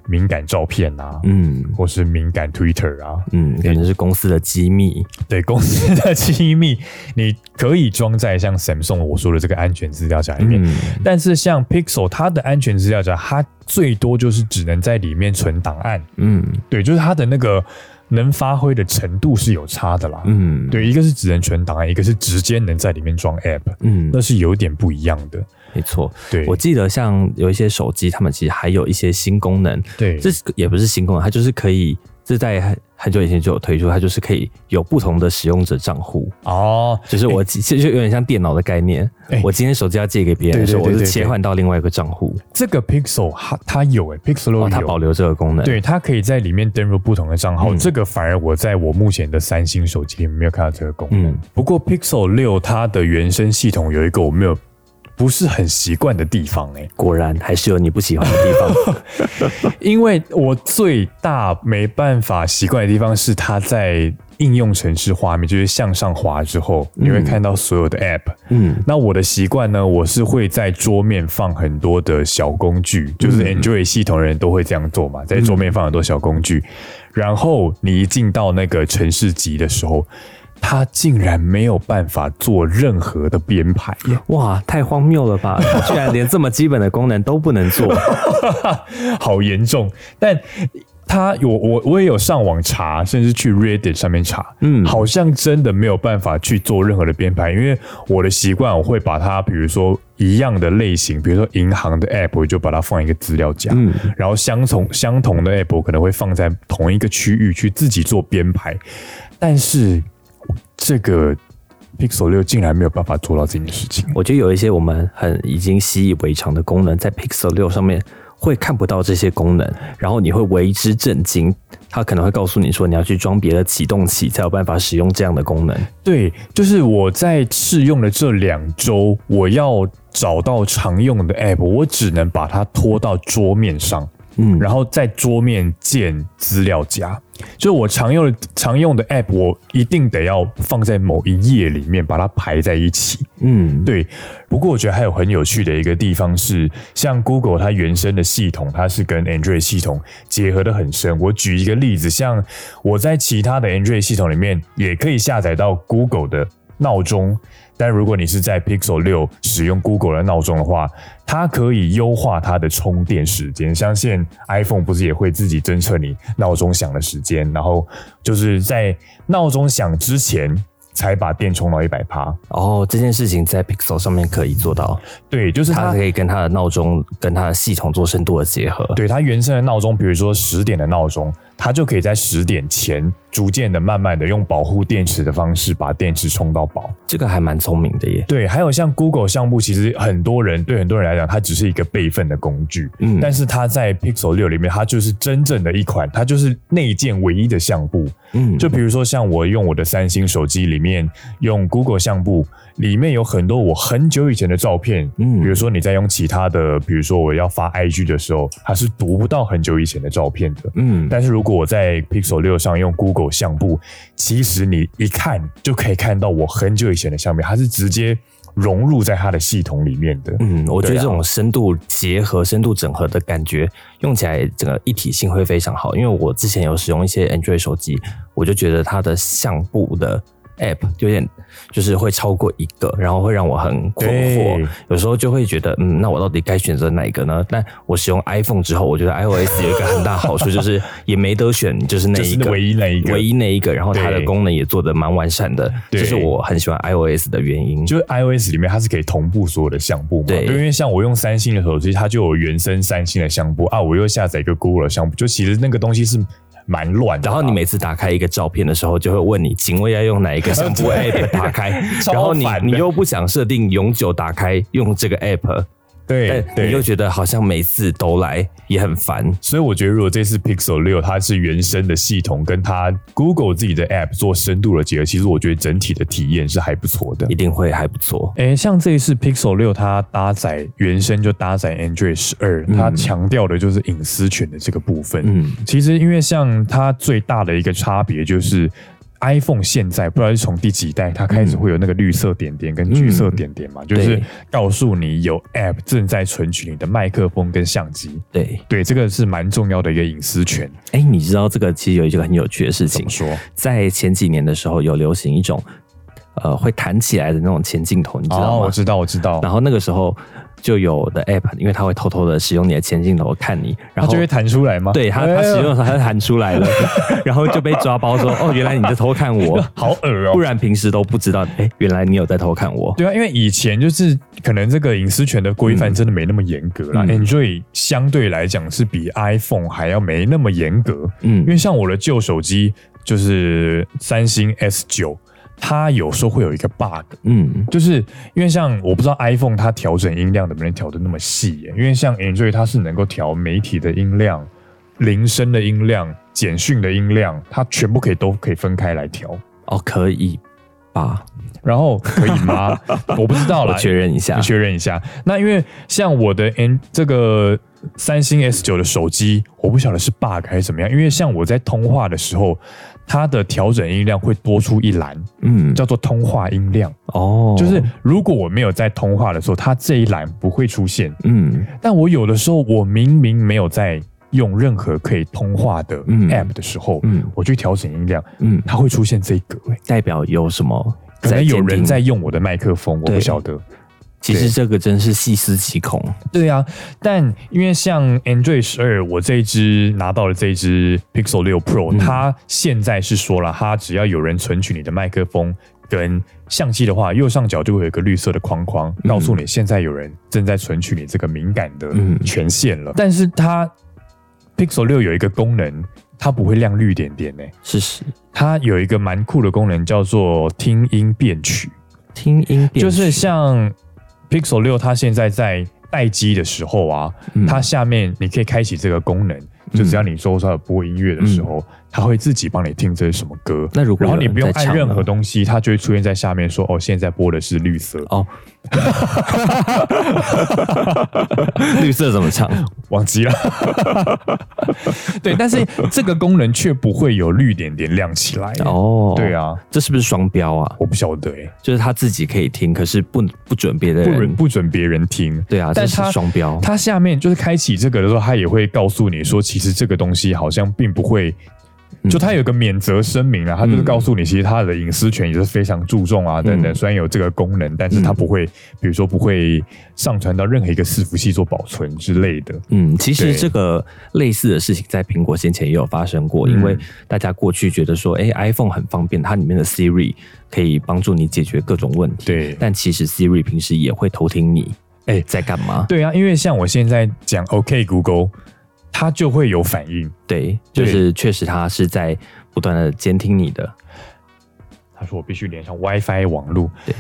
Speaker 3: 敏感照片啊，
Speaker 1: 嗯
Speaker 3: 或是敏感 Twitter 啊，
Speaker 1: 嗯，可能是公司的机密。
Speaker 3: 对公司的机密， 你可以装在像 Samsung 我说的这个安全资料夹里面。
Speaker 1: 嗯
Speaker 3: 但是像 Pixel 它的安全资料夹，它最多就是只能在里面存档案，
Speaker 1: 嗯
Speaker 3: 对，就是它的那个能发挥的程度是有差的啦。
Speaker 1: 嗯，
Speaker 3: 对，一个是只能存档案，一个是直接能在里面装 App，
Speaker 1: 嗯
Speaker 3: 那，是有点不一样的。
Speaker 1: 没错。
Speaker 3: 对，
Speaker 1: 我记得像有一些手机，他们其实还有一些新功能，
Speaker 3: 对
Speaker 1: 这是也不是新功能，它就是可以，这在很很久以前就有推出，它就是可以有不同的使用者账户，
Speaker 3: 哦，
Speaker 1: 就是我其实就有点像电脑的概念。
Speaker 3: 哎
Speaker 1: 我今天手机要借给别人的时候，我
Speaker 3: 对对
Speaker 1: 就
Speaker 3: 对对
Speaker 1: 切换到另外一个账户，
Speaker 3: 这个 Pixel 它它有诶、p i x e l
Speaker 1: 然
Speaker 3: 有、
Speaker 1: 后哦它保留这个功能。，
Speaker 3: 对，它可以在里面登入不同的账号，
Speaker 1: 嗯
Speaker 3: 这个反而我在我目前的三星手机里面没有看到这个功能。
Speaker 1: 嗯
Speaker 3: 不过 Pixel 六它的原生系统有一个我没有不是很习惯的地方欸诶、
Speaker 1: 果然还是有你不喜欢的地方。
Speaker 3: 因为我最大没办法习惯的地方是它在应用程式画面，就是向上滑之后，你会看到所有的 App。
Speaker 1: 嗯
Speaker 3: 那我的习惯呢，我是会在桌面放很多的小工具，就是 Android 系统的人都会这样做嘛，在桌面放很多小工具，然后你一进到那个城市级的时候，它竟然没有办法做任何的编排耶。
Speaker 1: 哇，太荒谬了吧！居然连这么基本的功能都不能 做。
Speaker 3: 好严重。但他有我我也有上网查，甚至去 Reddit 上面查，
Speaker 1: 嗯
Speaker 3: 好像真的没有办法去做任何的编排，因为我的习惯我会把它，比如说一样的类型，比如说银行的 app，我就把它放一个资料夹，
Speaker 1: 嗯
Speaker 3: 然后相同相同的 app 我可能会放在同一个区域去自己做编排，但是这个 Pixel 六竟然没有办法做到这件事情。
Speaker 1: 我觉得有一些我们很已经习以为常的功能，在 Pixel 六上面会看不到这些功能，然后你会为之震惊。它可能会告诉你说，你要去装别的启动器才有办法使用这样的功能。
Speaker 3: 对，就是我在试用的这两周，我要找到常用的 app，我只能把它拖到桌面上，
Speaker 1: 嗯
Speaker 3: 然后在桌面建资料夹。就是我常用的常用的 app，我一定得要放在某一页里面，把它排在一起。
Speaker 1: 嗯，
Speaker 3: 对，不过我觉得还有很有趣的一个地方是，像 Google 它原生的系统，它是跟 Android 系统结合的很深。我举一个例子，像我在其他的 Android 系统里面也可以下载到 Google 的闹钟，但如果你是在 Pixel 六使用 Google 的闹钟的话，它可以优化它的充电时间。像现 iPhone 不是也会自己侦测你闹钟响的时间，然后就是在闹钟响之前。才把电充到一百趴。
Speaker 1: 哦，这件事情在 Pixel 上面可以做 到，
Speaker 3: 对，就是
Speaker 1: 它
Speaker 3: 它
Speaker 1: 可以跟它的闹钟跟它的系统做深度的结合。
Speaker 3: 对它原生的闹钟，比如说十点的闹钟，它就可以在十点前逐渐的、慢慢的用保护电池的方式把电池充到饱。
Speaker 1: 这个还蛮聪明的耶。
Speaker 3: 对，还有像 Google 项目，其实很多人对很多人来讲，它只是一个备份的工具。
Speaker 1: 嗯
Speaker 3: 但是它在 Pixel 六里面，它就是真正的一款，它就是内建唯一的相簿。
Speaker 1: 嗯，
Speaker 3: 就比如说像我用我的三星手机里面用 Google 相簿，里面有很多我很久以前的照片。
Speaker 1: 嗯
Speaker 3: 比如说你在用其他的，比如说我要发 IG 的时候，它是读不到很久以前的照片的。
Speaker 1: 嗯，
Speaker 3: 但是如果我在 Pixel 六上用 Google 相簿，其实你一看就可以看到我很久以前的相片，它是直接融入在它的系统里面的。
Speaker 1: 嗯，我觉得
Speaker 3: 对啊
Speaker 1: 这种深度结合、深度整合的感觉，用起来整个一体性会非常好。因为我之前有使用一些 Android 手机，我就觉得它的相簿的 App 有点就是会超过一个，然后会让我很困惑
Speaker 3: 对。
Speaker 1: 有时候就会觉得，嗯，那我到底该选择哪一个呢？但我使用 iPhone 之后，我觉得 iOS 有一个很大好处，就是也没得选，就是那
Speaker 3: 就
Speaker 1: 一
Speaker 3: 是
Speaker 1: 个
Speaker 3: 唯一那一个，
Speaker 1: 唯一那一个，然后它的
Speaker 3: 对
Speaker 1: 功能也做得蛮完善的，这
Speaker 3: 对
Speaker 1: 是我很喜欢 iOS 的原因。
Speaker 3: 就是 iOS 里面它是可以同步所有的相簿嘛？
Speaker 1: 对
Speaker 3: 因为像我用三星的手机，它就有原生三星的相簿啊，我又下载一个 Google 的相簿，就其实那个东西是蛮乱的
Speaker 1: 然
Speaker 3: 啦。
Speaker 1: 后你每次打开一个照片的时候，就会问你，请问要用哪一个 相簿 app 打开？
Speaker 3: 超
Speaker 1: 然后你
Speaker 3: 烦的
Speaker 1: 你又不想设定永久打开用这个 app，
Speaker 3: 对嗯
Speaker 1: 但你又
Speaker 3: 对，
Speaker 1: 觉得好像每次都来也很烦。
Speaker 3: 所以我觉得如果这次 Pixel 六它是原生的系统跟它 Google 自己的 App 做深度的结合，其实我觉得整体的体验是还不错的
Speaker 1: 一。定会还不错，
Speaker 3: 诶，哎像这一次 Pixel 六，它搭载原生就搭载 Android 十二、它强调的就是隐私权的这个部分。
Speaker 1: 嗯，
Speaker 3: 其实因为像它最大的一个差别就是。iPhone 现在不知道是从第几代，它开始会有那个绿色点点跟橘色点点嘛，就
Speaker 1: 嗯
Speaker 3: 是
Speaker 1: 对
Speaker 3: 告诉你有 App 正在存取你的麦克风跟相机。
Speaker 1: 对。
Speaker 3: 对，这个是蛮重要的一个隐私权。
Speaker 1: 哎，你知道这个其实有一个很有趣的事情
Speaker 3: 怎么，说？
Speaker 1: 在前几年的时候有流行一种，呃，会弹起来的那种前镜头，你知道
Speaker 3: 哦，
Speaker 1: 吗？
Speaker 3: 我知道，我知道，
Speaker 1: 然后那个时候就有的 app，因为它会偷偷的使用你的前镜头看你，然
Speaker 3: 它
Speaker 1: 后
Speaker 3: 就会弹出来吗？
Speaker 1: 对他，他
Speaker 3: 哎呦
Speaker 1: 使用的时候他就喊出来了，
Speaker 3: 哎
Speaker 1: 然后就被抓包说：“哦，原来你在偷看我，
Speaker 3: 好恶哦、
Speaker 1: 不然平时都不知道。哎、原来你有在偷看我。
Speaker 3: 对啊，因为以前就是可能这个隐私权的规范真的没那么严格啦、
Speaker 1: 嗯
Speaker 3: a n d r o i d 相对来讲是比 iPhone 还要没那么严格，”
Speaker 1: 嗯
Speaker 3: 因为像我的旧手机就是三星 S 九，它有时候会有一个 bug，
Speaker 1: 嗯
Speaker 3: 就是因为像我不知道 iPhone 它调整音量能不能调的那么细耶，因为像 Android 它是能够调媒体的音量、铃声的音量、简讯的音量，它全部可以都可以分开来调。
Speaker 1: 哦，可以吧？
Speaker 3: 然后可以吗？ 我不知道
Speaker 1: 我
Speaker 3: 啦，
Speaker 1: 确认一下
Speaker 3: 你。确认一下。那因为像我的 N 这个三星 S 九的手机，我不晓得是 bug 还是怎么样，因为像我在通话的时候，它的调整音量会多出一栏，
Speaker 1: 嗯，
Speaker 3: 叫做通话音量。
Speaker 1: 哦，
Speaker 3: 就是如果我没有在通话的时候，它这一栏不会出现。
Speaker 1: 嗯
Speaker 3: 但我有的时候，我明明没有在用任何可以通话的
Speaker 1: 嗯
Speaker 3: app 的时候，
Speaker 1: 嗯
Speaker 3: 我去调整音量，
Speaker 1: 嗯，
Speaker 3: 它会出现这一格、欸
Speaker 1: 代表有什么？
Speaker 3: 可能有人
Speaker 1: 监听
Speaker 3: 在，用我的麦克风，我
Speaker 1: 对
Speaker 3: 不晓得。
Speaker 1: 其实这个真是细思极恐。
Speaker 3: 对啊，但因为像 Android 十二，我这一只拿到了这一只 Pixel 六 Pro，、
Speaker 1: 嗯
Speaker 3: 它现在是说了，它只要有人存取你的麦克风跟相机的话，右上角就会有一个绿色的框框，
Speaker 1: 嗯
Speaker 3: 告诉你现在有人正在存取你这个敏感的
Speaker 1: 嗯
Speaker 3: 权限了。但是它 Pixel 六有一个功能，它不会亮绿点点呢、
Speaker 1: 是是，
Speaker 3: 它有一个蛮酷的功能，叫做听音辨取。
Speaker 1: 听音辨
Speaker 3: 就是
Speaker 1: 识
Speaker 3: 像 Pixel 六，它现在在待机的时候啊，
Speaker 1: 嗯
Speaker 3: 它下面你可以开启这个功能，就只要你搜到播音乐的时候，它会自己帮你听这是什么歌。
Speaker 1: 嗯那如果
Speaker 3: 然
Speaker 1: 有
Speaker 3: 后你
Speaker 1: 人
Speaker 3: 不用
Speaker 1: 在
Speaker 3: 按
Speaker 1: 唱
Speaker 3: 任
Speaker 1: 呢
Speaker 3: 何东西，它就会出现在下面说：“哦，现在播的是绿色。
Speaker 1: 哦。绿色怎么唱？”
Speaker 3: 忘记 了。对，但是这个功能却不会有绿点点亮起来。
Speaker 1: 哦，
Speaker 3: 对，啊，
Speaker 1: 这是不是双标啊？
Speaker 3: 我不晓得欸
Speaker 1: 就是他自己可以听，可是不不准别的
Speaker 3: 不
Speaker 1: 人
Speaker 3: 准。不准别人听。
Speaker 1: 对啊，这
Speaker 3: 但
Speaker 1: 是
Speaker 3: 它
Speaker 1: 双标。
Speaker 3: 它下面就是开启这个的时候，它也会告诉你说，其实这个东西好像并不会就它有一个免责声明啊，它就是告诉你，其实它的隐私权也是非常注重啊，等等。虽然有这个功能，但是它不会，比如说不会上传到任何一个伺服器做保存之类的。
Speaker 1: 嗯，其实
Speaker 3: 对
Speaker 1: 这个类似的事情在苹果先前也有发生过，
Speaker 3: 嗯
Speaker 1: 因为大家过去觉得说，哎、i p h o n e 很方便，它里面的 Siri 可以帮助你解决各种问题。
Speaker 3: 对
Speaker 1: 但其实 Siri 平时也会偷听你，哎、在干嘛？
Speaker 3: 对啊，因为像我现在讲 OK Google，它就会有反应。
Speaker 1: 对，就是确实它是在不断的监听你的。
Speaker 3: 他说我必须连上 WiFi 网路。
Speaker 1: 对，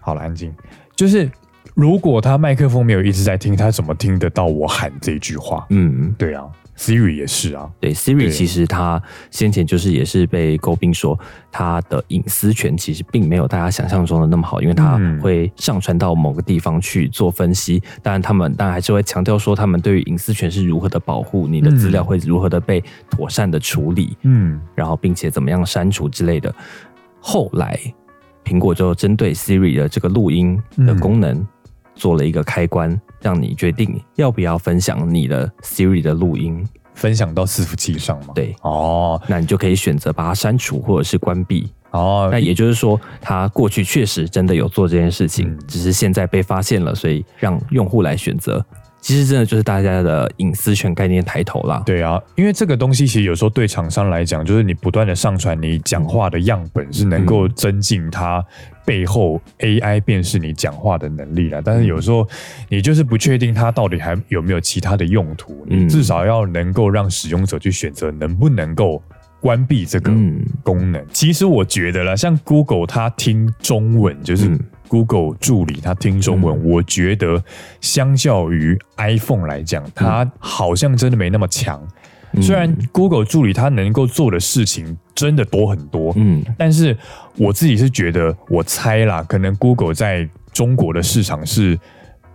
Speaker 3: 好了，安静。就是如果他麦克风没有一直在听，他怎么听得到我喊这句话？
Speaker 1: 嗯，
Speaker 3: 对啊，Siri 也是啊。
Speaker 1: 对
Speaker 3: 对
Speaker 1: ，Siri 其实它先前就是也是被诟病说，它的隐私权其实并没有大家想象中的那么好，因为它
Speaker 3: 嗯
Speaker 1: 会上传到某个地方去做分析。当然，他们当然还是会强调说，他们对于隐私权是如何的保护，你的资料会如何的被妥善的处理，
Speaker 3: 嗯，
Speaker 1: 然后并且怎么样删除之类的。后来，苹果就针对 Siri 的这个录音的功能做了一个开关，让你决定要不要分享你的 Siri 的录音。
Speaker 3: 分享到伺服器上嘛。
Speaker 1: 对
Speaker 3: 哦
Speaker 1: 那你就可以选择把它删除或者是关闭。
Speaker 3: 哦
Speaker 1: 那，也就是说，它过去确实真的有做这件事情
Speaker 3: 嗯，
Speaker 1: 只是现在被发现了，所以让用户来选择。其实真的就是大家的隐私权概念抬头啦。
Speaker 3: 对啊，因为这个东西其实有时候对厂商来讲，就是你不断的上传你讲话的样本，是能
Speaker 1: 嗯
Speaker 3: 够增进它背后 AI 辨识你讲话的能力了。但
Speaker 1: 嗯
Speaker 3: 是有时候你就是不确定它到底还有没有其他的用途，
Speaker 1: 嗯
Speaker 3: 你至少要能够让使用者去选择能不能够关闭这个
Speaker 1: 嗯
Speaker 3: 功能。其实我觉得啦，像 Google 它听中文就是
Speaker 1: 嗯
Speaker 3: Google 助理它听中文，我觉得相较于 iPhone 来讲，它好像真的没那么强。
Speaker 1: 嗯
Speaker 3: 虽然 Google 助理它能够做的事情真的多很多，
Speaker 1: 嗯
Speaker 3: 但是我自己是觉得，我猜啦，可能 Google 在中国的市场是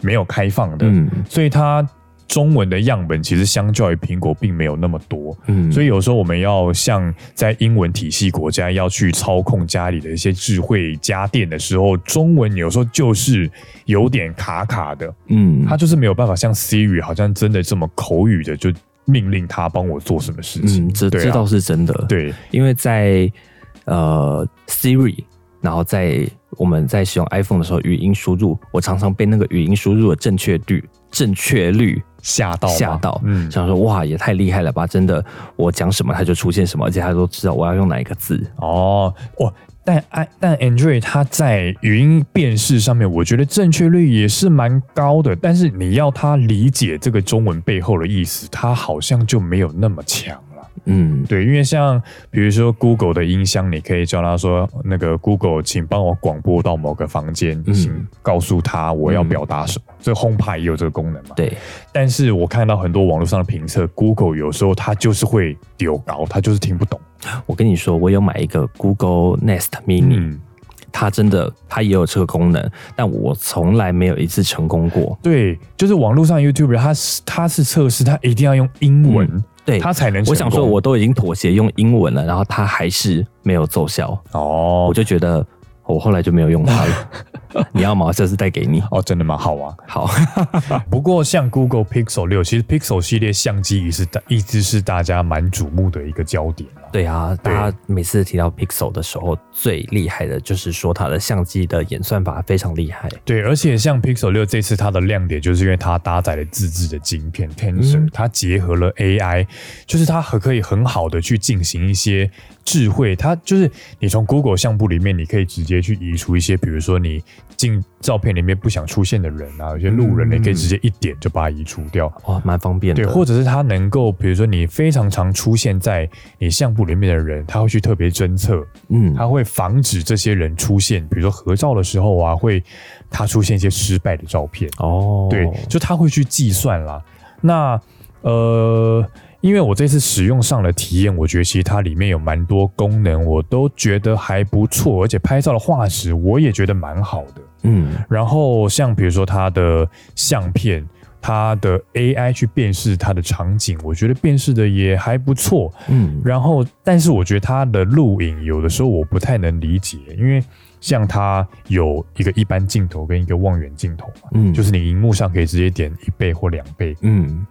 Speaker 3: 没有开放的，
Speaker 1: 嗯
Speaker 3: 所以它中文的样本其实相较于苹果并没有那么多。
Speaker 1: 嗯，
Speaker 3: 所
Speaker 1: 以
Speaker 3: 以有时候我们要像在英文体系国家要去操控家里的一些智慧家电的时候，中文有时候就是有点卡卡的，
Speaker 1: 嗯，
Speaker 3: 它就是没有办法像 Siri 好像真的这么口语的就命令它帮我做什么事情。
Speaker 1: 嗯，这
Speaker 3: 对啊
Speaker 1: 这倒是真的。，
Speaker 3: 对，
Speaker 1: 因为在呃 Siri，然后在我们在使用 iPhone 的时候，语音输入，我常常被那个语音输入的正确率正确率
Speaker 3: 吓到吗
Speaker 1: 吓到，
Speaker 3: 嗯，
Speaker 1: 想说哇也太厉害了吧！真的，我讲什么它就出现什么，而且它都知道我要用哪一个字。
Speaker 3: 哦，哇。但 i 但 Android 它在语音辨识上面，我觉得正确率也是蛮高的，但是你要它理解这个中文背后的意思，它好像就没有那么强了。
Speaker 1: 嗯
Speaker 3: 对，因为像比如说 Google 的音箱，你可以叫他说那个 Google，请帮我广播到某个房间，
Speaker 1: 嗯
Speaker 3: 请告诉他我要表达什么。这 HomePod 也有这个功能嘛？。
Speaker 1: 对，
Speaker 3: 但是我看到很多网络上的评测，Google 有时候它就是会丢高，它就是听不懂。
Speaker 1: 我跟你说，我有买一个 Google Nest Mini，、
Speaker 3: 嗯，
Speaker 1: 它真的它也有这个功能，但我从来没有一次成功过。
Speaker 3: 对，就是网络上 YouTube 它是它是测试，它一定要用英文，
Speaker 1: 嗯对，
Speaker 3: 它才能成功。
Speaker 1: 我想说，我都已经妥协用英文了，然后它还是没有奏效，我
Speaker 3: 哦
Speaker 1: 就觉得我后来就没有用它 了。你要吗？我下次带给你。
Speaker 3: 哦，真的吗？好啊。
Speaker 1: 好，
Speaker 3: 不过，像 Google Pixel 六，其实 Pixel 系列相机也是大一直是大家蛮瞩目的一个焦点啊
Speaker 1: 对啊，
Speaker 3: 对
Speaker 1: 大家每次提到 Pixel 的时候，最厉害的就是说它的相机的演算法非常厉害。
Speaker 3: 对，而且像 Pixel 六这次它的亮点，就是因为它搭载了自制的晶片 Tensor，、
Speaker 1: 嗯
Speaker 3: 它结合了 AI，就是它很可以很好的去进行一些智慧。它就是你从 Google 相簿里面，你可以直接去移除一些，比如说你进照片里面不想出现的人啊，有些路人，
Speaker 1: 嗯
Speaker 3: 你可以直接一点就把它移除掉。
Speaker 1: 哇，蛮方便的。
Speaker 3: 对，或者是它能够，比如说你非常常出现在你相簿里面的人，它会去特别侦测，
Speaker 1: 嗯，
Speaker 3: 它会防止这些人出现，比如说合照的时候啊，会它出现一些失败的照片，
Speaker 1: 哦，
Speaker 3: 对，就它会去计算啦。那呃，因为我这次使用上的体验，我觉得其实它里面有蛮多功能，我都觉得还不错，而且拍照的画质我也觉得蛮好的。
Speaker 1: 嗯
Speaker 3: 然后像比如说它的相片，它的 AI 去辨识它的场景，我觉得辨识的也还不错。
Speaker 1: 嗯
Speaker 3: 然后，但是我觉得它的录影有的时候我不太能理解，因为像它有一个一般镜头跟一个望远镜头嘛，
Speaker 1: 嗯，
Speaker 3: 就是你荧幕上可以直接点一倍或两倍，
Speaker 1: 嗯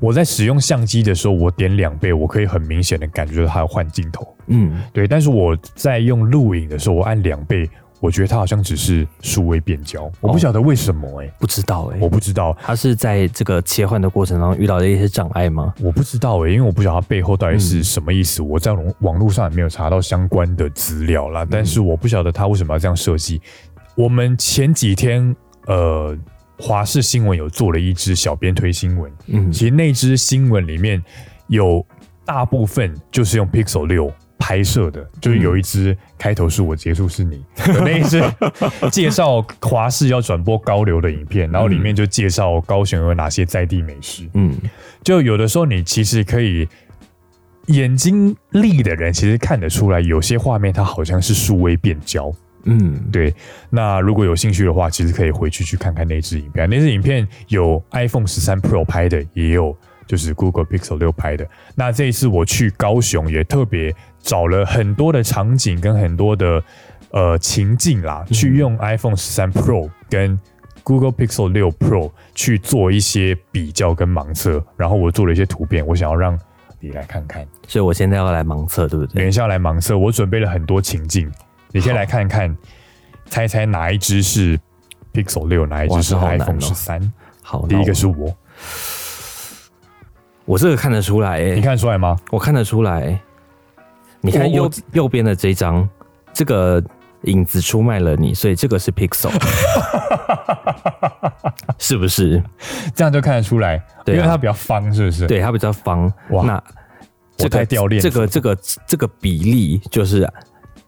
Speaker 3: 我在使用相机的时候，我点两倍，我可以很明显的感觉到它有换镜头。
Speaker 1: 嗯，
Speaker 3: 对，但是我在用录影的时候，我按两倍，我觉得它好像只是数位变焦，我不晓得为什么哎、
Speaker 1: 不知道哎、
Speaker 3: 我不知道，
Speaker 1: 他是在这个切换的过程当中遇到了一些障碍吗？
Speaker 3: 我不知道哎、因为我不晓得它背后到底是什么意思。我在网网络上也没有查到相关的资料啦，但是我不晓得它为什么要这样设计。我们前几天呃，华视新闻有做了一支小编推新闻，
Speaker 1: 嗯
Speaker 3: 其实那支新闻里面有大部分就是用 Pixel 六拍摄的，就是有一支开头是我，结束是你，有那一支介绍华视要转播高流的影片，然后里面就介绍高雄有哪些在地美食。
Speaker 1: 嗯，
Speaker 3: 就有的时候你其实可以。眼睛利的人其实看得出来，有些画面它好像是数位变焦，
Speaker 1: 嗯，
Speaker 3: 对，那如果有兴趣的话，其实可以回去去看看那支影片。那支影片有 iPhone 十三 Pro 拍的，也有就是 Google Pixel 六拍的。那这一次我去高雄，也特别找了很多的场景跟很多的呃情境啦，去用 iPhone 十三 Pro 跟 Google Pixel 六 Pro 去做一些比较跟盲测。然后我做了一些图片，我想要让你来看看。
Speaker 1: 所以我现在要来盲测，对不对？
Speaker 3: 等一下来盲测，我准备了很多情境，你先
Speaker 1: 好
Speaker 3: 来看看，猜猜哪一只是 Pixel 六，哪一
Speaker 1: 哇
Speaker 3: 只是
Speaker 1: 这好难
Speaker 3: iPhone
Speaker 1: 哦
Speaker 3: 十三、
Speaker 1: 好，
Speaker 3: 第
Speaker 1: 那
Speaker 3: 一
Speaker 1: 我
Speaker 3: 个是我，
Speaker 1: 我这个看得出来、欸，
Speaker 3: 你看得出来吗？
Speaker 1: 我看得出来。你
Speaker 3: 我
Speaker 1: 看
Speaker 3: 我
Speaker 1: 右右边的这张，这个影子出卖了你，所以这个是 Pixel，是不是？
Speaker 3: 这样就看得出来，
Speaker 1: 对啊
Speaker 3: 因为它比较方，是不是？，
Speaker 1: 对，它比较方。
Speaker 3: 哇
Speaker 1: 那这
Speaker 3: 我太
Speaker 1: 个
Speaker 3: 掉链子
Speaker 1: 这个这个这个比例就是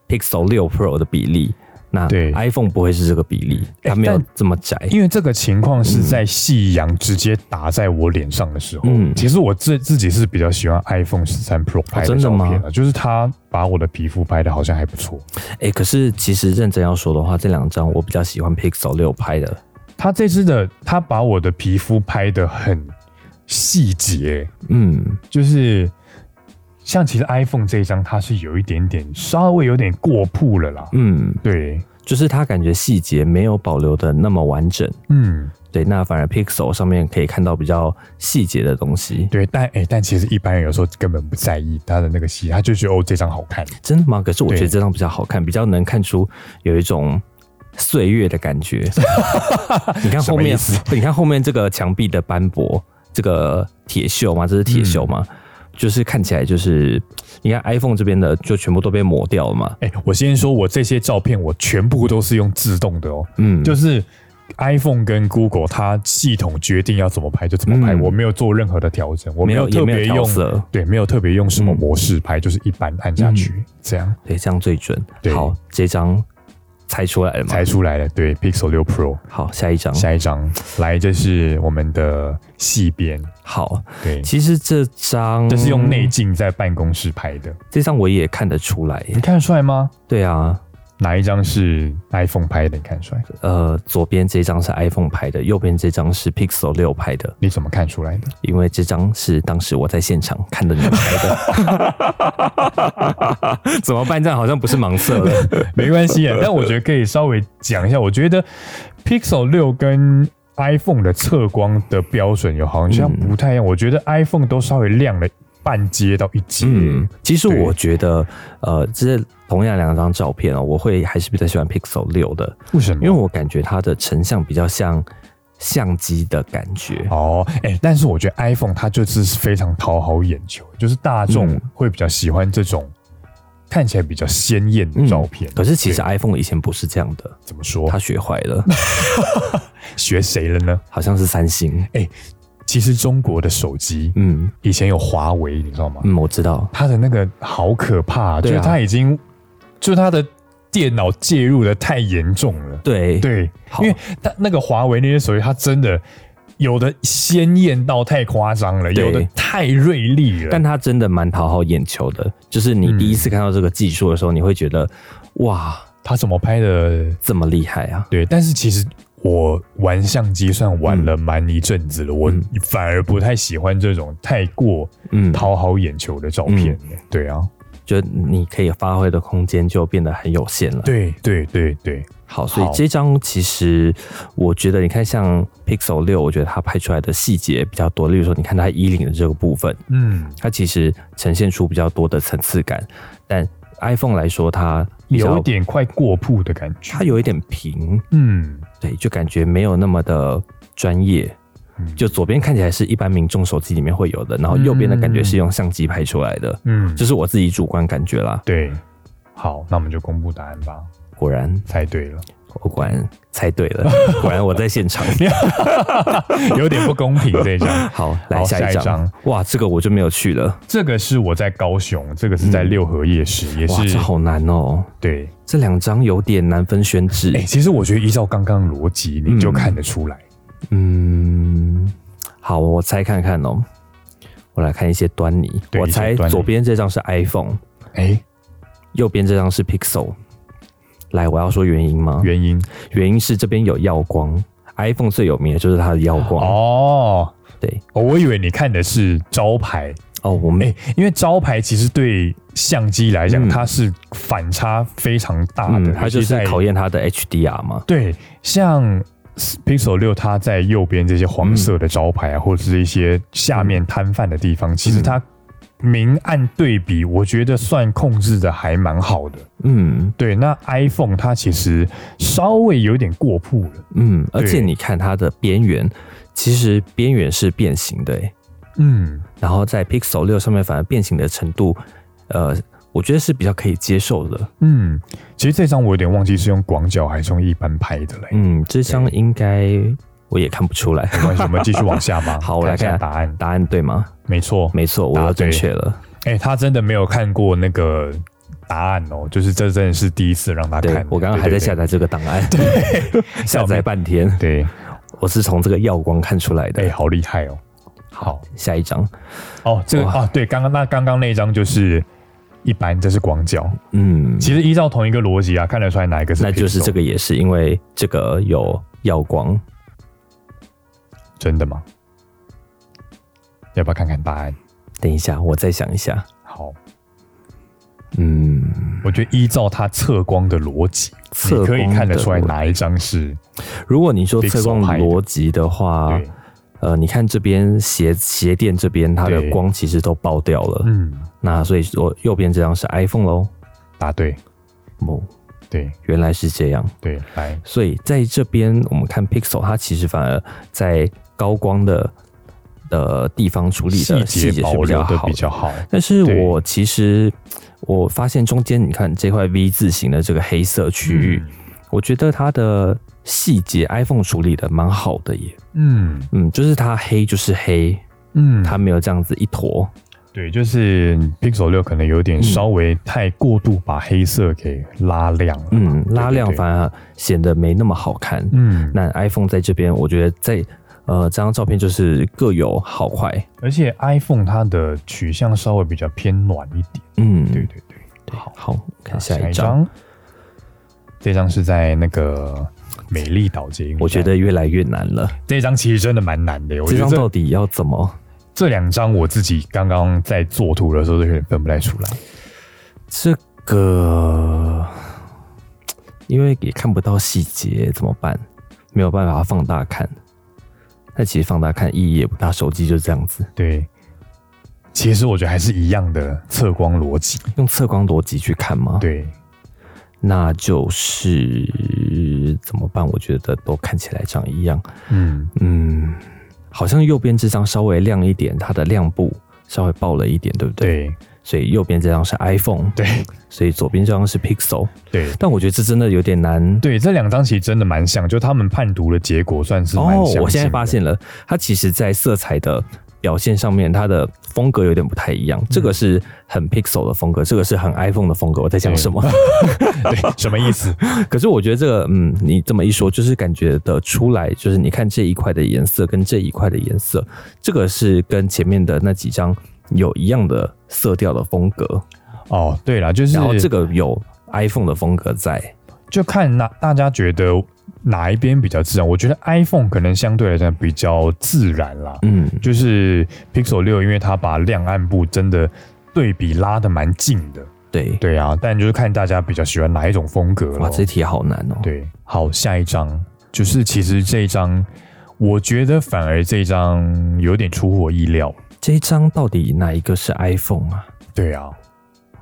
Speaker 1: Pixel 六 Pro 的比例。那
Speaker 3: 对
Speaker 1: iPhone 不会是这个比例，
Speaker 3: 哎
Speaker 1: 它没有
Speaker 3: 但
Speaker 1: 这么窄。
Speaker 3: 因为这个情况是在夕阳直接打在我脸上的时候，
Speaker 1: 嗯哦
Speaker 3: 其实我自自己是比较喜欢 iPhone 十三 Pro 拍的
Speaker 1: 真的
Speaker 3: 照
Speaker 1: 吗
Speaker 3: 片的，啊就是它把我的皮肤拍的好像还不错。
Speaker 1: 哎、可是其实认真要说的话，这两张我比较喜欢 Pixel 六拍的。
Speaker 3: 它这支的，它把我的皮肤拍的很细节，
Speaker 1: 嗯，
Speaker 3: 就是像其实 iPhone 这一张，它是有一点点稍微有点过曝了啦。
Speaker 1: 嗯，
Speaker 3: 对，
Speaker 1: 就是它感觉细节没有保留的那么完整。
Speaker 3: 嗯，
Speaker 1: 对，那反而 Pixel 上面可以看到比较细节的东西。
Speaker 3: 对，但哎、但其实一般人有时候根本不在意它的那个戏，他就觉得哦这张好看。
Speaker 1: 真的吗？可是我
Speaker 3: 对
Speaker 1: 觉得这张比较好看，比较能看出有一种岁月的感 觉。你看后
Speaker 3: 什么意
Speaker 1: 面
Speaker 3: 思，
Speaker 1: 你看后面这个墙壁的斑驳，这个铁锈吗？这是铁锈
Speaker 3: 嗯
Speaker 1: 吗？就是看起来就是，你看 iPhone 这边的就全部都被抹掉了嘛。
Speaker 3: 哎、我先说，我这些照片我全部都是用自动的哦，
Speaker 1: 嗯，
Speaker 3: 就是 iPhone 跟 Google 它系统决定要怎么拍就怎么拍，
Speaker 1: 嗯
Speaker 3: 我没有做任何的调整，我
Speaker 1: 没
Speaker 3: 有
Speaker 1: 有也
Speaker 3: 特
Speaker 1: 没有
Speaker 3: 别
Speaker 1: 调
Speaker 3: 用。
Speaker 1: 色，
Speaker 3: 对，没有特别用什么模式拍，就是一般按下去、这样
Speaker 1: 对，这样最准
Speaker 3: 对。
Speaker 1: 好，这张猜出来了吗
Speaker 3: 才？出来的。对，Pixel 六 Pro。
Speaker 1: 好，下一张。
Speaker 3: 下一张来，这是我们的细边，
Speaker 1: 好，
Speaker 3: 对，
Speaker 1: 其实这张
Speaker 3: 这是用内镜在办公室拍的，
Speaker 1: 这张我也看得出来耶。
Speaker 3: 你看得出来吗？
Speaker 1: 对啊，
Speaker 3: 哪一张是 iPhone 拍的？你看得出来？
Speaker 1: 呃，左边这张是 iPhone 拍的，右边这张是 Pixel 六拍的，
Speaker 3: 你怎么看出来的？
Speaker 1: 因为这张是当时我在现场看的你们拍的。 怎么办？这样好像不是盲测了。
Speaker 3: 没关系啊，但我觉得可以稍微讲一下。我觉得 Pixel 六跟 iPhone 的测光的标准有好像不太一样。我觉得 iPhone 都稍微亮了半阶到一阶。
Speaker 1: 嗯，其实
Speaker 3: 对
Speaker 1: 我觉得，呃，这同样两张照片哦，我会还是比较喜欢 Pixel 六的，
Speaker 3: 为什么？
Speaker 1: 因为我感觉它的成像比较像相机的感觉。
Speaker 3: 哦，哎、但是我觉得 iPhone 它就是非常讨好眼球，就是大众
Speaker 1: 嗯
Speaker 3: 会比较喜欢这种看起来比较鲜艳
Speaker 1: 哦
Speaker 3: 的照片。
Speaker 1: 嗯可是其实
Speaker 3: 对
Speaker 1: iPhone 以前不是这样的，
Speaker 3: 怎么说
Speaker 1: 它，学坏了，
Speaker 3: 学谁了呢？
Speaker 1: 好像是三星。
Speaker 3: 其实中国的手机
Speaker 1: 嗯
Speaker 3: 以前有华为，你知道吗？
Speaker 1: 嗯，我知道。
Speaker 3: 它的那个好可怕、就
Speaker 1: 对啊
Speaker 3: 是它已经，就是它的电脑介入的太严重了。
Speaker 1: 对，
Speaker 3: 对，
Speaker 1: 好
Speaker 3: 因为它那个华为那些手机，它真的有的鲜艳到太夸张了，
Speaker 1: 对
Speaker 3: 有的太锐利了。
Speaker 1: 但它真的蛮讨好眼球的，就是
Speaker 3: 嗯
Speaker 1: 你第一次看到这个技术的时候，你会觉得哇，
Speaker 3: 它怎么拍的？
Speaker 1: 这么厉害啊！
Speaker 3: 对，但是其实我玩相机算玩了蛮一阵子了，我
Speaker 1: 嗯
Speaker 3: 反而不太喜欢这种太过
Speaker 1: 嗯，
Speaker 3: 讨好眼球的照片。对啊，
Speaker 1: 就你可以发挥的空间就变得很有限了。
Speaker 3: 对对对对，
Speaker 1: 好，所以
Speaker 3: 好
Speaker 1: 这张其实我觉得，你看像 Pixel 六，我觉得它拍出来的细节比较多，例如说，你看它衣领的这个部分，
Speaker 3: 嗯，
Speaker 1: 它其实呈现出比较多的层次感。但 iPhone 来说，它比较
Speaker 3: 有一，点快过曝的感觉
Speaker 1: 它。有一点平，
Speaker 3: 嗯，
Speaker 1: 对，就感觉没有那么的专业。
Speaker 3: 嗯
Speaker 1: 就左边看起来是一般民众手机里面会有的，然后右边的感觉是用相机拍出来的，
Speaker 3: 嗯，
Speaker 1: 这是我自己主观感觉啦。
Speaker 3: 对。好，那我们就公布答案吧。
Speaker 1: 果然，
Speaker 3: 猜对了，
Speaker 1: 我果然猜对 了，果然我在现场。
Speaker 3: 有点不公平这一张。
Speaker 1: 好，来
Speaker 3: 好
Speaker 1: 下一
Speaker 3: 下一
Speaker 1: 张
Speaker 3: 张。
Speaker 1: 哇，这个我就没有去了。
Speaker 3: 这个是我在高雄，这个是在六合夜市，也
Speaker 1: 嗯哇，
Speaker 3: 是
Speaker 1: 这好难哦。
Speaker 3: 对。
Speaker 1: 这两张有点难分轩
Speaker 3: 哎、
Speaker 1: 制。
Speaker 3: 其实我觉得依照刚刚逻辑，你就看得出来。
Speaker 1: 嗯，好，我猜看看哦。我来看一些端倪。
Speaker 3: 对
Speaker 1: 我
Speaker 3: 一些
Speaker 1: 猜
Speaker 3: 端倪
Speaker 1: 左边这张是 iPhone，
Speaker 3: 哎、
Speaker 1: 右边这张是 Pixel。来，我要说原因吗？
Speaker 3: 原因
Speaker 1: 原因是这边有耀光，iPhone 最有名的就是它的耀光。哦
Speaker 3: 哦
Speaker 1: 对，
Speaker 3: 哦我以为你看的是招牌，
Speaker 1: 哦我
Speaker 3: 哎、
Speaker 1: 们、
Speaker 3: 因为招牌其实对相机来讲，
Speaker 1: 嗯
Speaker 3: 它是反差非常大的，
Speaker 1: 嗯，它就
Speaker 3: 啊尤其
Speaker 1: 是
Speaker 3: 在
Speaker 1: 考验它的 HDR 嘛。
Speaker 3: 对，像 Pixel 六，它在右边这些黄
Speaker 1: 嗯
Speaker 3: 色的招牌啊，或者是一些下面摊贩的地方，其实
Speaker 1: 嗯
Speaker 3: 它明暗对比，我觉得算控制的还蛮好的。
Speaker 1: 嗯
Speaker 3: 对，那 iPhone 它其实稍微有点过曝了。
Speaker 1: 嗯，而且
Speaker 3: 对
Speaker 1: 你看它的边缘，其实边缘是变形的、欸。
Speaker 3: 嗯，
Speaker 1: 然后在 Pixel 六上面反而变形的程度，呃，我觉得是比较可以接受的。
Speaker 3: 嗯，其实这张我有点忘记是用广角还是用一般拍的嘞。
Speaker 1: 嗯，这张应该我也看不出来，
Speaker 3: 没关系，我们继续往下吧。
Speaker 1: 好我来
Speaker 3: 一下
Speaker 1: 看
Speaker 3: 答案。
Speaker 1: 答案对吗？
Speaker 3: 没错，
Speaker 1: 没错，我
Speaker 3: 答
Speaker 1: 又正
Speaker 3: 对
Speaker 1: 确了。
Speaker 3: 哎、他真的没有看过那个答案哦，就是这真的是第一次让他
Speaker 1: 对
Speaker 3: 看。
Speaker 1: 我刚刚还在下载这个档案， 下载半天，
Speaker 3: 对，
Speaker 1: 我是从这个耀光看出来的。
Speaker 3: 哎、好厉害哦！好，
Speaker 1: 下一张，
Speaker 3: 哦，这个
Speaker 1: 哇
Speaker 3: 啊，对，刚刚那刚刚那一张就是一般，这是广角。
Speaker 1: 嗯，
Speaker 3: 其实依照同一个逻辑啊，看得出来哪一个是 pixel。
Speaker 1: 那就是这个也是因为这个有耀光，
Speaker 3: 真的吗？要不要看看答案？
Speaker 1: 等一下我再想一下。
Speaker 3: 好，
Speaker 1: 嗯，
Speaker 3: 我觉得依照它测光的逻辑，
Speaker 1: 测
Speaker 3: 你可以
Speaker 1: 光
Speaker 3: 看得
Speaker 1: 的
Speaker 3: 出来
Speaker 1: 逻
Speaker 3: 哪一张是
Speaker 1: 如果你说
Speaker 3: Pixel
Speaker 1: 测光
Speaker 3: 拍的
Speaker 1: 逻辑的话，
Speaker 3: 对。
Speaker 1: 呃，你看这边鞋鞋垫这边，它的
Speaker 3: 对
Speaker 1: 光其实都爆掉了。
Speaker 3: 嗯，
Speaker 1: 那所以说右边这张是 iPhone 喽。
Speaker 3: 答对，
Speaker 1: 哦，
Speaker 3: 对
Speaker 1: 原来是这样。
Speaker 3: 对，来，
Speaker 1: 所以在这边我们看 Pixel，它其实反而在高光的的地方处理
Speaker 3: 细
Speaker 1: 的细
Speaker 3: 节
Speaker 1: 节是
Speaker 3: 保
Speaker 1: 比较
Speaker 3: 留的
Speaker 1: 好
Speaker 3: 比
Speaker 1: 的。
Speaker 3: 较好。
Speaker 1: 但是
Speaker 3: 对
Speaker 1: 我其实我发现中间你看这块 V 字形的这个黑色区域，
Speaker 3: 嗯
Speaker 1: 我觉得它的细节 iPhone 处理的蛮好的耶。
Speaker 3: 嗯
Speaker 1: 嗯，就是它黑就是黑，
Speaker 3: 嗯，
Speaker 1: 它没有这样子一坨。
Speaker 3: 对，就是 Pixel 六可能有点稍微太过度把黑色给拉亮了。
Speaker 1: 嗯，
Speaker 3: 对
Speaker 1: 拉
Speaker 3: 对
Speaker 1: 亮
Speaker 3: 对
Speaker 1: 反而显得没那么好看。
Speaker 3: 嗯，
Speaker 1: 那 iPhone 在这边，我觉得在呃这张照片就是各有好坏。
Speaker 3: 而且 iPhone 它的取向稍微比较偏暖一点。
Speaker 1: 嗯，
Speaker 3: 对对对，
Speaker 1: 对好，看
Speaker 3: 那
Speaker 1: 下一张，
Speaker 3: 张，这张是在那个美丽岛捷运站。
Speaker 1: 我觉得越来越难了。
Speaker 3: 这张其实真的蛮难的。我
Speaker 1: 这
Speaker 3: 觉
Speaker 1: 张
Speaker 3: 得
Speaker 1: 到
Speaker 3: 这
Speaker 1: 底要怎么？
Speaker 3: 这两张我自己刚刚在做图的时候都有点分不太出来。
Speaker 1: 这个，因为也看不到细节，怎么办？没有办法放大看。但其实放大看意义也不大，手机就这样子，
Speaker 3: 对，其实我觉得还是一样的测光逻辑。
Speaker 1: 用测光逻辑去看吗？
Speaker 3: 对，
Speaker 1: 那就是怎么办？我觉得都看起来长一样。
Speaker 3: 嗯，
Speaker 1: 嗯，好像右边这张稍微亮一点，它的亮部稍微爆了一点，对不对？对。
Speaker 3: 对
Speaker 1: 所以右边这张是 iPhone，
Speaker 3: 对
Speaker 1: 所以左边这张是 Pixel。
Speaker 3: 对
Speaker 1: 但我觉得这真的有点难。
Speaker 3: 对，这两张其实真的蛮像，就他们判读的结果算是蛮
Speaker 1: 哦
Speaker 3: 相近，的
Speaker 1: 我现在发现了，它其实在色彩的表现上面，它的风格有点不太一
Speaker 3: 嗯
Speaker 1: 样。这个是很 Pixel 的风格，这个是很 iPhone 的风格。我在讲
Speaker 3: 对
Speaker 1: 什么？
Speaker 3: 对，什么意思？
Speaker 1: 可是我觉得这个，嗯，你这么一说，就是感觉得出来，就是你看这一块的颜色跟这一块的颜色，这个是跟前面的那几张有一样的色调的风格，
Speaker 3: 哦，对了，就是
Speaker 1: 然后这个有 iPhone 的风格在，
Speaker 3: 就看哪大家觉得哪一边比较自然。我觉得 iPhone 可能相对来讲比较自然啦，
Speaker 1: 嗯
Speaker 3: 就是 Pixel 六，因为它把亮暗部真的对比拉的蛮近的，
Speaker 1: 对，
Speaker 3: 对啊，但就是看大家比较喜欢哪一种风格
Speaker 1: 哇，
Speaker 3: 了。
Speaker 1: 这题好难哦。
Speaker 3: 对，好，下一张就是其实这一张，我觉得反而这一张有点出乎我意料。
Speaker 1: 这一张到底哪一个是 iPhone 啊？
Speaker 3: 对啊，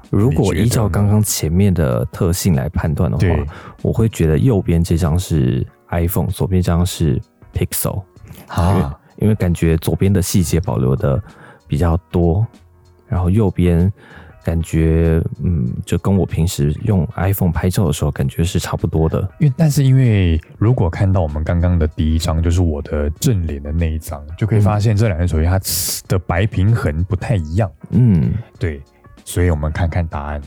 Speaker 1: 如果
Speaker 3: 你觉得
Speaker 1: 依照
Speaker 3: 呢
Speaker 1: 刚刚前面的特性来判断的
Speaker 3: 对
Speaker 1: 话，我会觉得右边这张是 iPhone，左边这张是 Pixel，
Speaker 3: 啊，
Speaker 1: 因为感觉左边的细节保留的比较多，然后右边感觉嗯，就跟我平时用 iPhone 拍照的时候感觉是差不多的。
Speaker 3: 因为但是因为如果看到我们刚刚的第一张，就是我的正脸的那一张，就可以发现这两个手机它的白平衡不太一样。
Speaker 1: 嗯，
Speaker 3: 对，所以我们看看答案。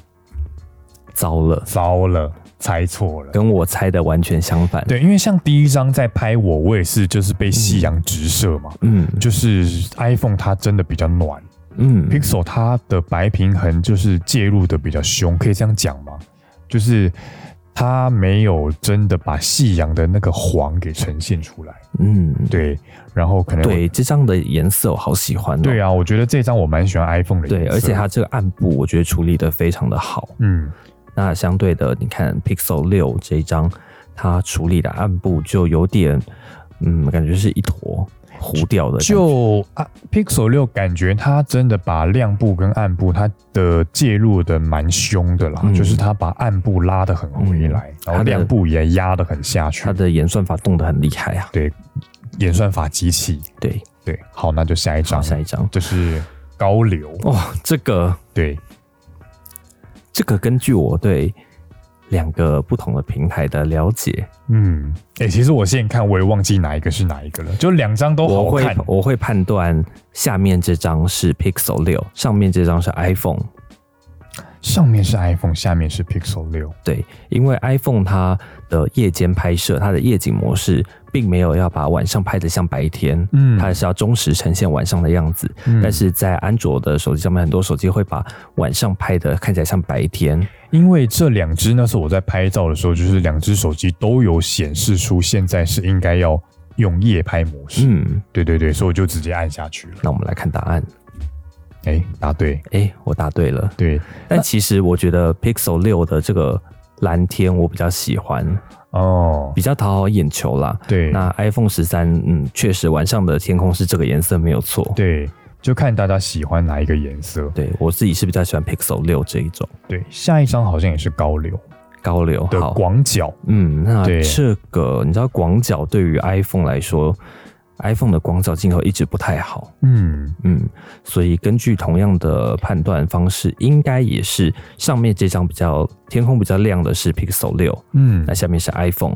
Speaker 1: 糟了，
Speaker 3: 糟了，猜错了。
Speaker 1: 跟我猜的完全相反。，
Speaker 3: 对，因为像第一张在拍我，我也是就是被夕阳直射嘛，
Speaker 1: 嗯
Speaker 3: 就是 iPhone 它真的比较暖、p i
Speaker 1: 嗯，
Speaker 3: x e l 它的白平衡就是介入的比较凶，可以这样讲吗？就是它没有真的把夕阳的那个黄给呈现出来，
Speaker 1: 嗯，
Speaker 3: 对，然后可能
Speaker 1: 对，这张的颜色我好喜欢、哦。
Speaker 3: 对啊，我觉得这张我蛮喜欢 iPhone 的颜
Speaker 1: 对，
Speaker 3: 色，
Speaker 1: 而且它这个暗部我觉得处理的非常的好。
Speaker 3: 嗯，
Speaker 1: 那相对的，你看 Pixel 六这一张，它处理的暗部就有点，嗯，感觉是一坨糊掉的感觉。
Speaker 3: 就啊，Pixel 六感觉它真的把亮部跟暗部它的介入的蛮凶的啦，
Speaker 1: 嗯
Speaker 3: 就是它把暗部拉得很回来，
Speaker 1: 嗯
Speaker 3: 然后
Speaker 1: 它的
Speaker 3: 亮部也压得很下去
Speaker 1: 它。的演算法动得很厉害啊。
Speaker 3: 对，演算法机器。
Speaker 1: 对，
Speaker 3: 对，好，那就下一
Speaker 1: 好，
Speaker 3: 张，
Speaker 1: 下一张。
Speaker 3: 就是高流。
Speaker 1: 哇、这个
Speaker 3: 对，
Speaker 1: 这个根据我对两个不同的平台的了解，
Speaker 3: 嗯，哎、其实我现在看我也忘记哪一个是哪一个了，就两张都
Speaker 1: 我
Speaker 3: 哦好
Speaker 1: 会
Speaker 3: 看。
Speaker 1: 我会判断下面这张是 Pixel 六，上面这张是 iPhone。
Speaker 3: 上面是 iPhone，下面是 Pixel 六。
Speaker 1: 对，因为 iPhone 它的夜间拍摄，它的夜景模式并没有要把晚上拍的像白天，
Speaker 3: 嗯
Speaker 1: 它是要忠实呈现晚上的样子。
Speaker 3: 嗯
Speaker 1: 但是在安卓的手机上面，很多手机会把晚上拍的看起来像白天。
Speaker 3: 因为这两只那时候我在拍照的时候，就是两只手机都有显示出现在是应该要用夜拍模式。
Speaker 1: 嗯，
Speaker 3: 对对对，所以我就直接按下去了。
Speaker 1: 那我们来看答案。
Speaker 3: 哎，答对，
Speaker 1: 诶，我答对了。
Speaker 3: 对，
Speaker 1: 但其实我觉得 Pixel 六的这个蓝天我比较喜欢，
Speaker 3: 哦，
Speaker 1: 比较讨好眼球啦。
Speaker 3: 对
Speaker 1: 那 iPhone 十三，嗯，确实晚上的天空是这个颜色没有错。
Speaker 3: 对，就看大家喜欢哪一个颜色。
Speaker 1: 对，我自己是比较喜欢 Pixel 六这一种。
Speaker 3: 对，下一张好像也是高流
Speaker 1: 高流
Speaker 3: 的
Speaker 1: 好，
Speaker 3: 广角，
Speaker 1: 嗯，那
Speaker 3: 对
Speaker 1: 这个你知道广角对于 iPhone 来说，iPhone 的广角镜头一直不太好，
Speaker 3: 嗯，
Speaker 1: 嗯，所以根据同样的判断方式，应该也是上面这张比较天空比较亮的是 Pixel 六，
Speaker 3: 嗯
Speaker 1: 那，下面是 iPhone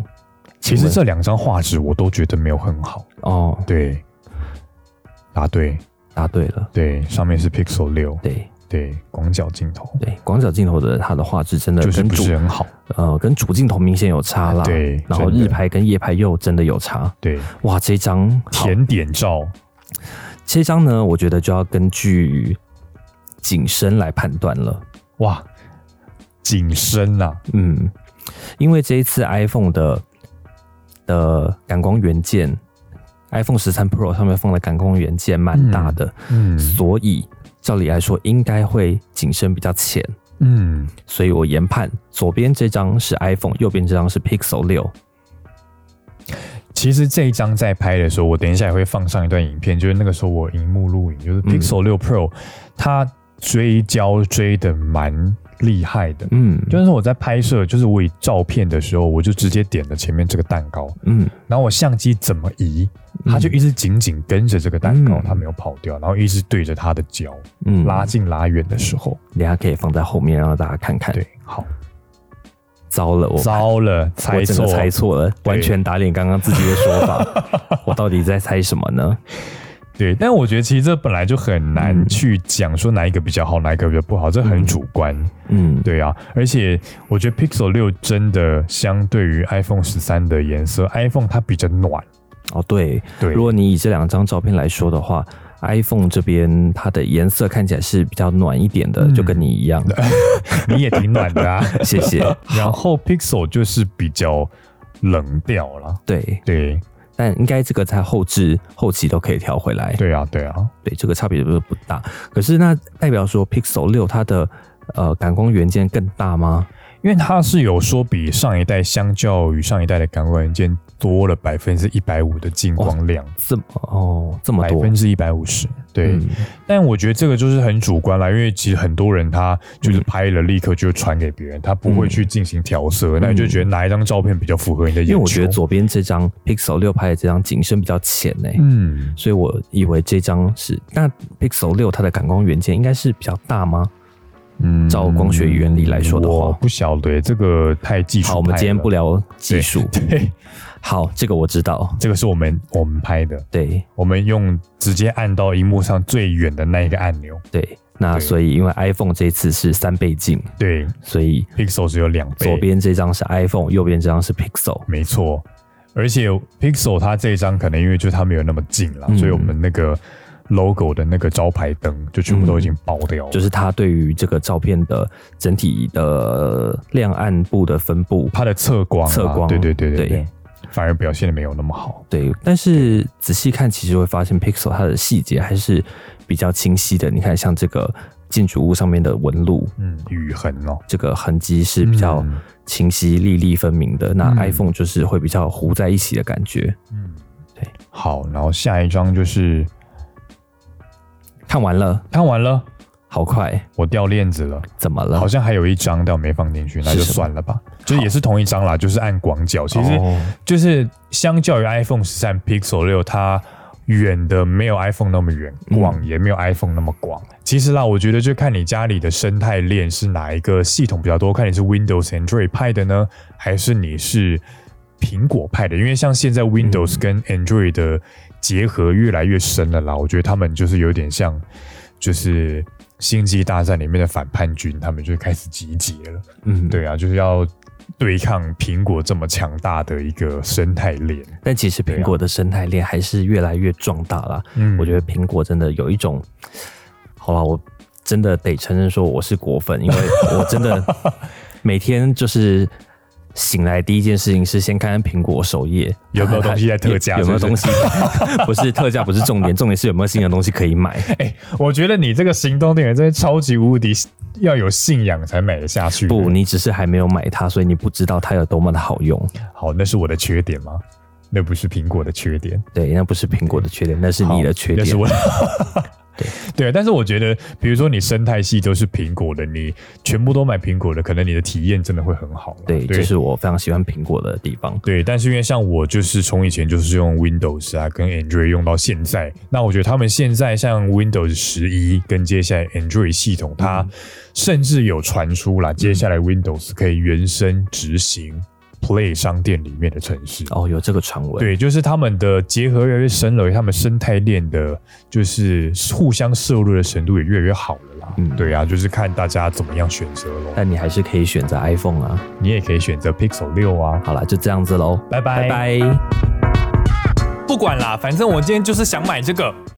Speaker 3: 其实这两张画质我都觉得没有很好。
Speaker 1: 哦，
Speaker 3: 对，答对，
Speaker 1: 答对了，
Speaker 3: 对，上面是 Pixel 六，
Speaker 1: 对
Speaker 3: 对，广角镜头
Speaker 1: 对，广角镜头的它的画质真的
Speaker 3: 就是
Speaker 1: 跟
Speaker 3: 不
Speaker 1: 主
Speaker 3: 是很好。
Speaker 1: 呃跟主镜头明显有差啦，
Speaker 3: 对
Speaker 1: 然后
Speaker 3: 真的
Speaker 1: 日拍跟夜拍又真的有差，
Speaker 3: 对，
Speaker 1: 哇，这张好
Speaker 3: 甜点照，
Speaker 1: 这张呢，我觉得就要根据景深来判断了。
Speaker 3: 哇，景深啊呐、
Speaker 1: 嗯，因为这一次 iPhone 的的感光元件，iPhone 十三 Pro 上面放的感光元件蛮大的，
Speaker 3: 嗯
Speaker 1: 所以照理来说应该会景深比较浅。
Speaker 3: 嗯，
Speaker 1: 所以我研判左边这张是 iPhone，右边这张是 Pixel 六。
Speaker 3: 其实这一张在拍的时候，我等一下也会放上一段影片，就是那个时候我荧幕录影，就是
Speaker 1: 嗯
Speaker 3: Pixel 六 Pro，、它追焦追的蛮厉害的。
Speaker 1: 嗯，
Speaker 3: 就是我在拍摄，就是我以照片的时候，我就直接点了前面这个蛋糕，
Speaker 1: 嗯
Speaker 3: 然后我相机怎么移，它就一直紧紧跟着这个蛋糕，
Speaker 1: 嗯
Speaker 3: 它没有跑掉，然后一直对着它的脚
Speaker 1: 嗯，
Speaker 3: 拉近拉远的时候，
Speaker 1: 等一下可以放在后面让大家看看。
Speaker 3: 对，好，
Speaker 1: 糟了，哎我
Speaker 3: 糟了，
Speaker 1: 我
Speaker 3: 猜
Speaker 1: 真
Speaker 3: 错，
Speaker 1: 的猜错了，
Speaker 3: 对
Speaker 1: 完全打脸刚刚自己的说 法。我到底在猜什么呢？
Speaker 3: 对，但我觉得其实这本来就很难
Speaker 1: 嗯
Speaker 3: 去讲说哪一个比较好，哪一个比较不好，这很主观。
Speaker 1: 嗯，
Speaker 3: 对啊，而且我觉得 Pixel 六真的相对于 iPhone 十三的颜色，iPhone 它比较暖。
Speaker 1: 哦对，
Speaker 3: 对
Speaker 1: 如，果你以这两张照片来说的话，iPhone 这边它的颜色看起来是比较暖一点的，
Speaker 3: 嗯
Speaker 1: 就跟你 一样。
Speaker 3: 你也挺暖的啊。
Speaker 1: 谢谢。
Speaker 3: 然后 Pixel 就是比较冷调了。
Speaker 1: 对，
Speaker 3: 对，
Speaker 1: 但应该这个在后置后期都可以调回来。
Speaker 3: 对啊，对啊，
Speaker 1: 对，这个差别不是不大。可是那代表说 Pixel 六它的呃感光元件更大吗？
Speaker 3: 因为它是有说比上一代相较于上一代的感光元件多了百分之一百五的进光量，
Speaker 1: 这么哦这么
Speaker 3: 百
Speaker 1: 多，
Speaker 3: 分之一百五十。对，
Speaker 1: 嗯
Speaker 3: 但我觉得这个就是很主观啦，因为其实很多人他就是拍了立刻就传给别人，他不会去进行调色，那你就觉得哪一张照片比较符合你的眼
Speaker 1: 嗯
Speaker 3: 球？
Speaker 1: 因为我觉得左边这张 Pixel 六拍的这张景深比较浅欸呢、
Speaker 3: 嗯，
Speaker 1: 所以我以为这张是那 Pixel 六它的感光元件应该是比较大吗？
Speaker 3: 嗯
Speaker 1: 照光学原理来说的话
Speaker 3: 我不晓得这个太技术派了。
Speaker 1: 好，我们今天不聊技术。
Speaker 3: 对，
Speaker 1: 好，这个我知道。
Speaker 3: 这个是我们我们拍的，
Speaker 1: 对
Speaker 3: 我们用直接按到荧幕上最远的那一个按钮。
Speaker 1: 对，那
Speaker 3: 对
Speaker 1: 所以因为 iPhone 这一次是三倍镜，
Speaker 3: 对
Speaker 1: 所以
Speaker 3: ，Pixel 只有两倍，
Speaker 1: 左边这张是 iPhone，右边这张是 Pixel。
Speaker 3: 没错。而且 Pixel 它这一张可能因为就它没有那么近了，
Speaker 1: 嗯
Speaker 3: 所以我们那个 logo 的那个招牌灯就全部都已经爆掉了，
Speaker 1: 就是它对于这个照片的整体的亮暗部的分布，
Speaker 3: 它的侧光啊，
Speaker 1: 侧光
Speaker 3: 对对对对
Speaker 1: 对
Speaker 3: 对，反而表现的没有那么好。
Speaker 1: 对，但是仔细看，其实会发现 Pixel 它的细节还是比较清晰的。你看，像这个建筑物上面的纹路，
Speaker 3: 嗯，雨痕哦，
Speaker 1: 这个痕迹是比较
Speaker 3: 嗯
Speaker 1: 清晰、粒粒分明的。那
Speaker 3: 嗯
Speaker 1: iPhone 就是会比较糊在一起的感觉。
Speaker 3: 嗯，
Speaker 1: 对。
Speaker 3: 好，然后下一张就是
Speaker 1: 看完了，
Speaker 3: 看完了，
Speaker 1: 好快，
Speaker 3: 我掉链子了，
Speaker 1: 怎么
Speaker 3: 好
Speaker 1: 了？
Speaker 3: 像还有一张但我没放进去，那
Speaker 1: 是
Speaker 3: 就
Speaker 1: 什么
Speaker 3: 算了吧，就也是同一张啦，就是按广角，其实
Speaker 1: 哦
Speaker 3: 就是相较于 iPhone 十三 Pixel 六，它远的没有 iPhone 那么远，
Speaker 1: 嗯
Speaker 3: 广也没有 iPhone 那么广。其实啦，我觉得就看你家里的生态链是哪一个系统比较多，看你是 Windows、Android 派的呢，还是你是苹果派的？因为像现在 Windows 跟 Android 的结合越来越深了啦，我觉得他们就是有点像，就是。星际大战里面的反叛军，他们就开始集结了。
Speaker 1: 嗯，。
Speaker 3: 对啊，就是要对抗苹果这么强大的一个生态链。
Speaker 1: 但其实苹果的生态链还是越来越壮大啦。
Speaker 3: 啊嗯
Speaker 1: 我觉得苹果真的有一种，好了，我真的得承认说我是果粉， 因为我真的每天就是醒来第一件事情是先看看苹果首页
Speaker 3: 有没有东西在特价
Speaker 1: 有有没有
Speaker 3: 是嗯
Speaker 1: 东
Speaker 3: 不
Speaker 1: 西， 不是特价，不是 重点，重点是有没有新的东西可以买。
Speaker 3: 哎我觉得你这个行动电源真的超级无敌，要有信仰才买得下去。
Speaker 1: 不，，你只是还没有买它，所以你不知道它有多么的好用。
Speaker 3: 好，那是我的缺点吗？那不是苹果的缺点，
Speaker 1: 对，那不是苹果的缺点，那是你的缺
Speaker 3: 那
Speaker 1: 点
Speaker 3: 是。我。 对，但是我觉得，比如说你生态系都是苹果的，你全部都买苹果的，可能你的体验真的会很好啦。
Speaker 1: 对，这是我非常喜欢苹果的地方。
Speaker 3: 对，但是因为像我就是从以前就是用 Windows 啊，跟 Android 用到现在，那我觉得他们现在像 Windows 十一跟接下来 Android 系统，
Speaker 1: 嗯
Speaker 3: 它甚至有传出啦，接下来 Windows 可以原生执行 Play 商店里面的城市。
Speaker 1: 哦，有这个传闻。
Speaker 3: 对，就是他们的结合越来越深了，他们生态链的，就是互相摄入的程度也越来越好了啦。
Speaker 1: 嗯
Speaker 3: 对啊，就是看大家怎么样选择咯。
Speaker 1: 但你还是可以选择 iPhone 啊。
Speaker 3: 你也可以选择 Pixel 六啊。
Speaker 1: 好啦，就这样子喽，
Speaker 3: 拜
Speaker 1: 拜
Speaker 3: 拜
Speaker 1: 拜。
Speaker 2: 不管啦，反正我今天就是想买这个。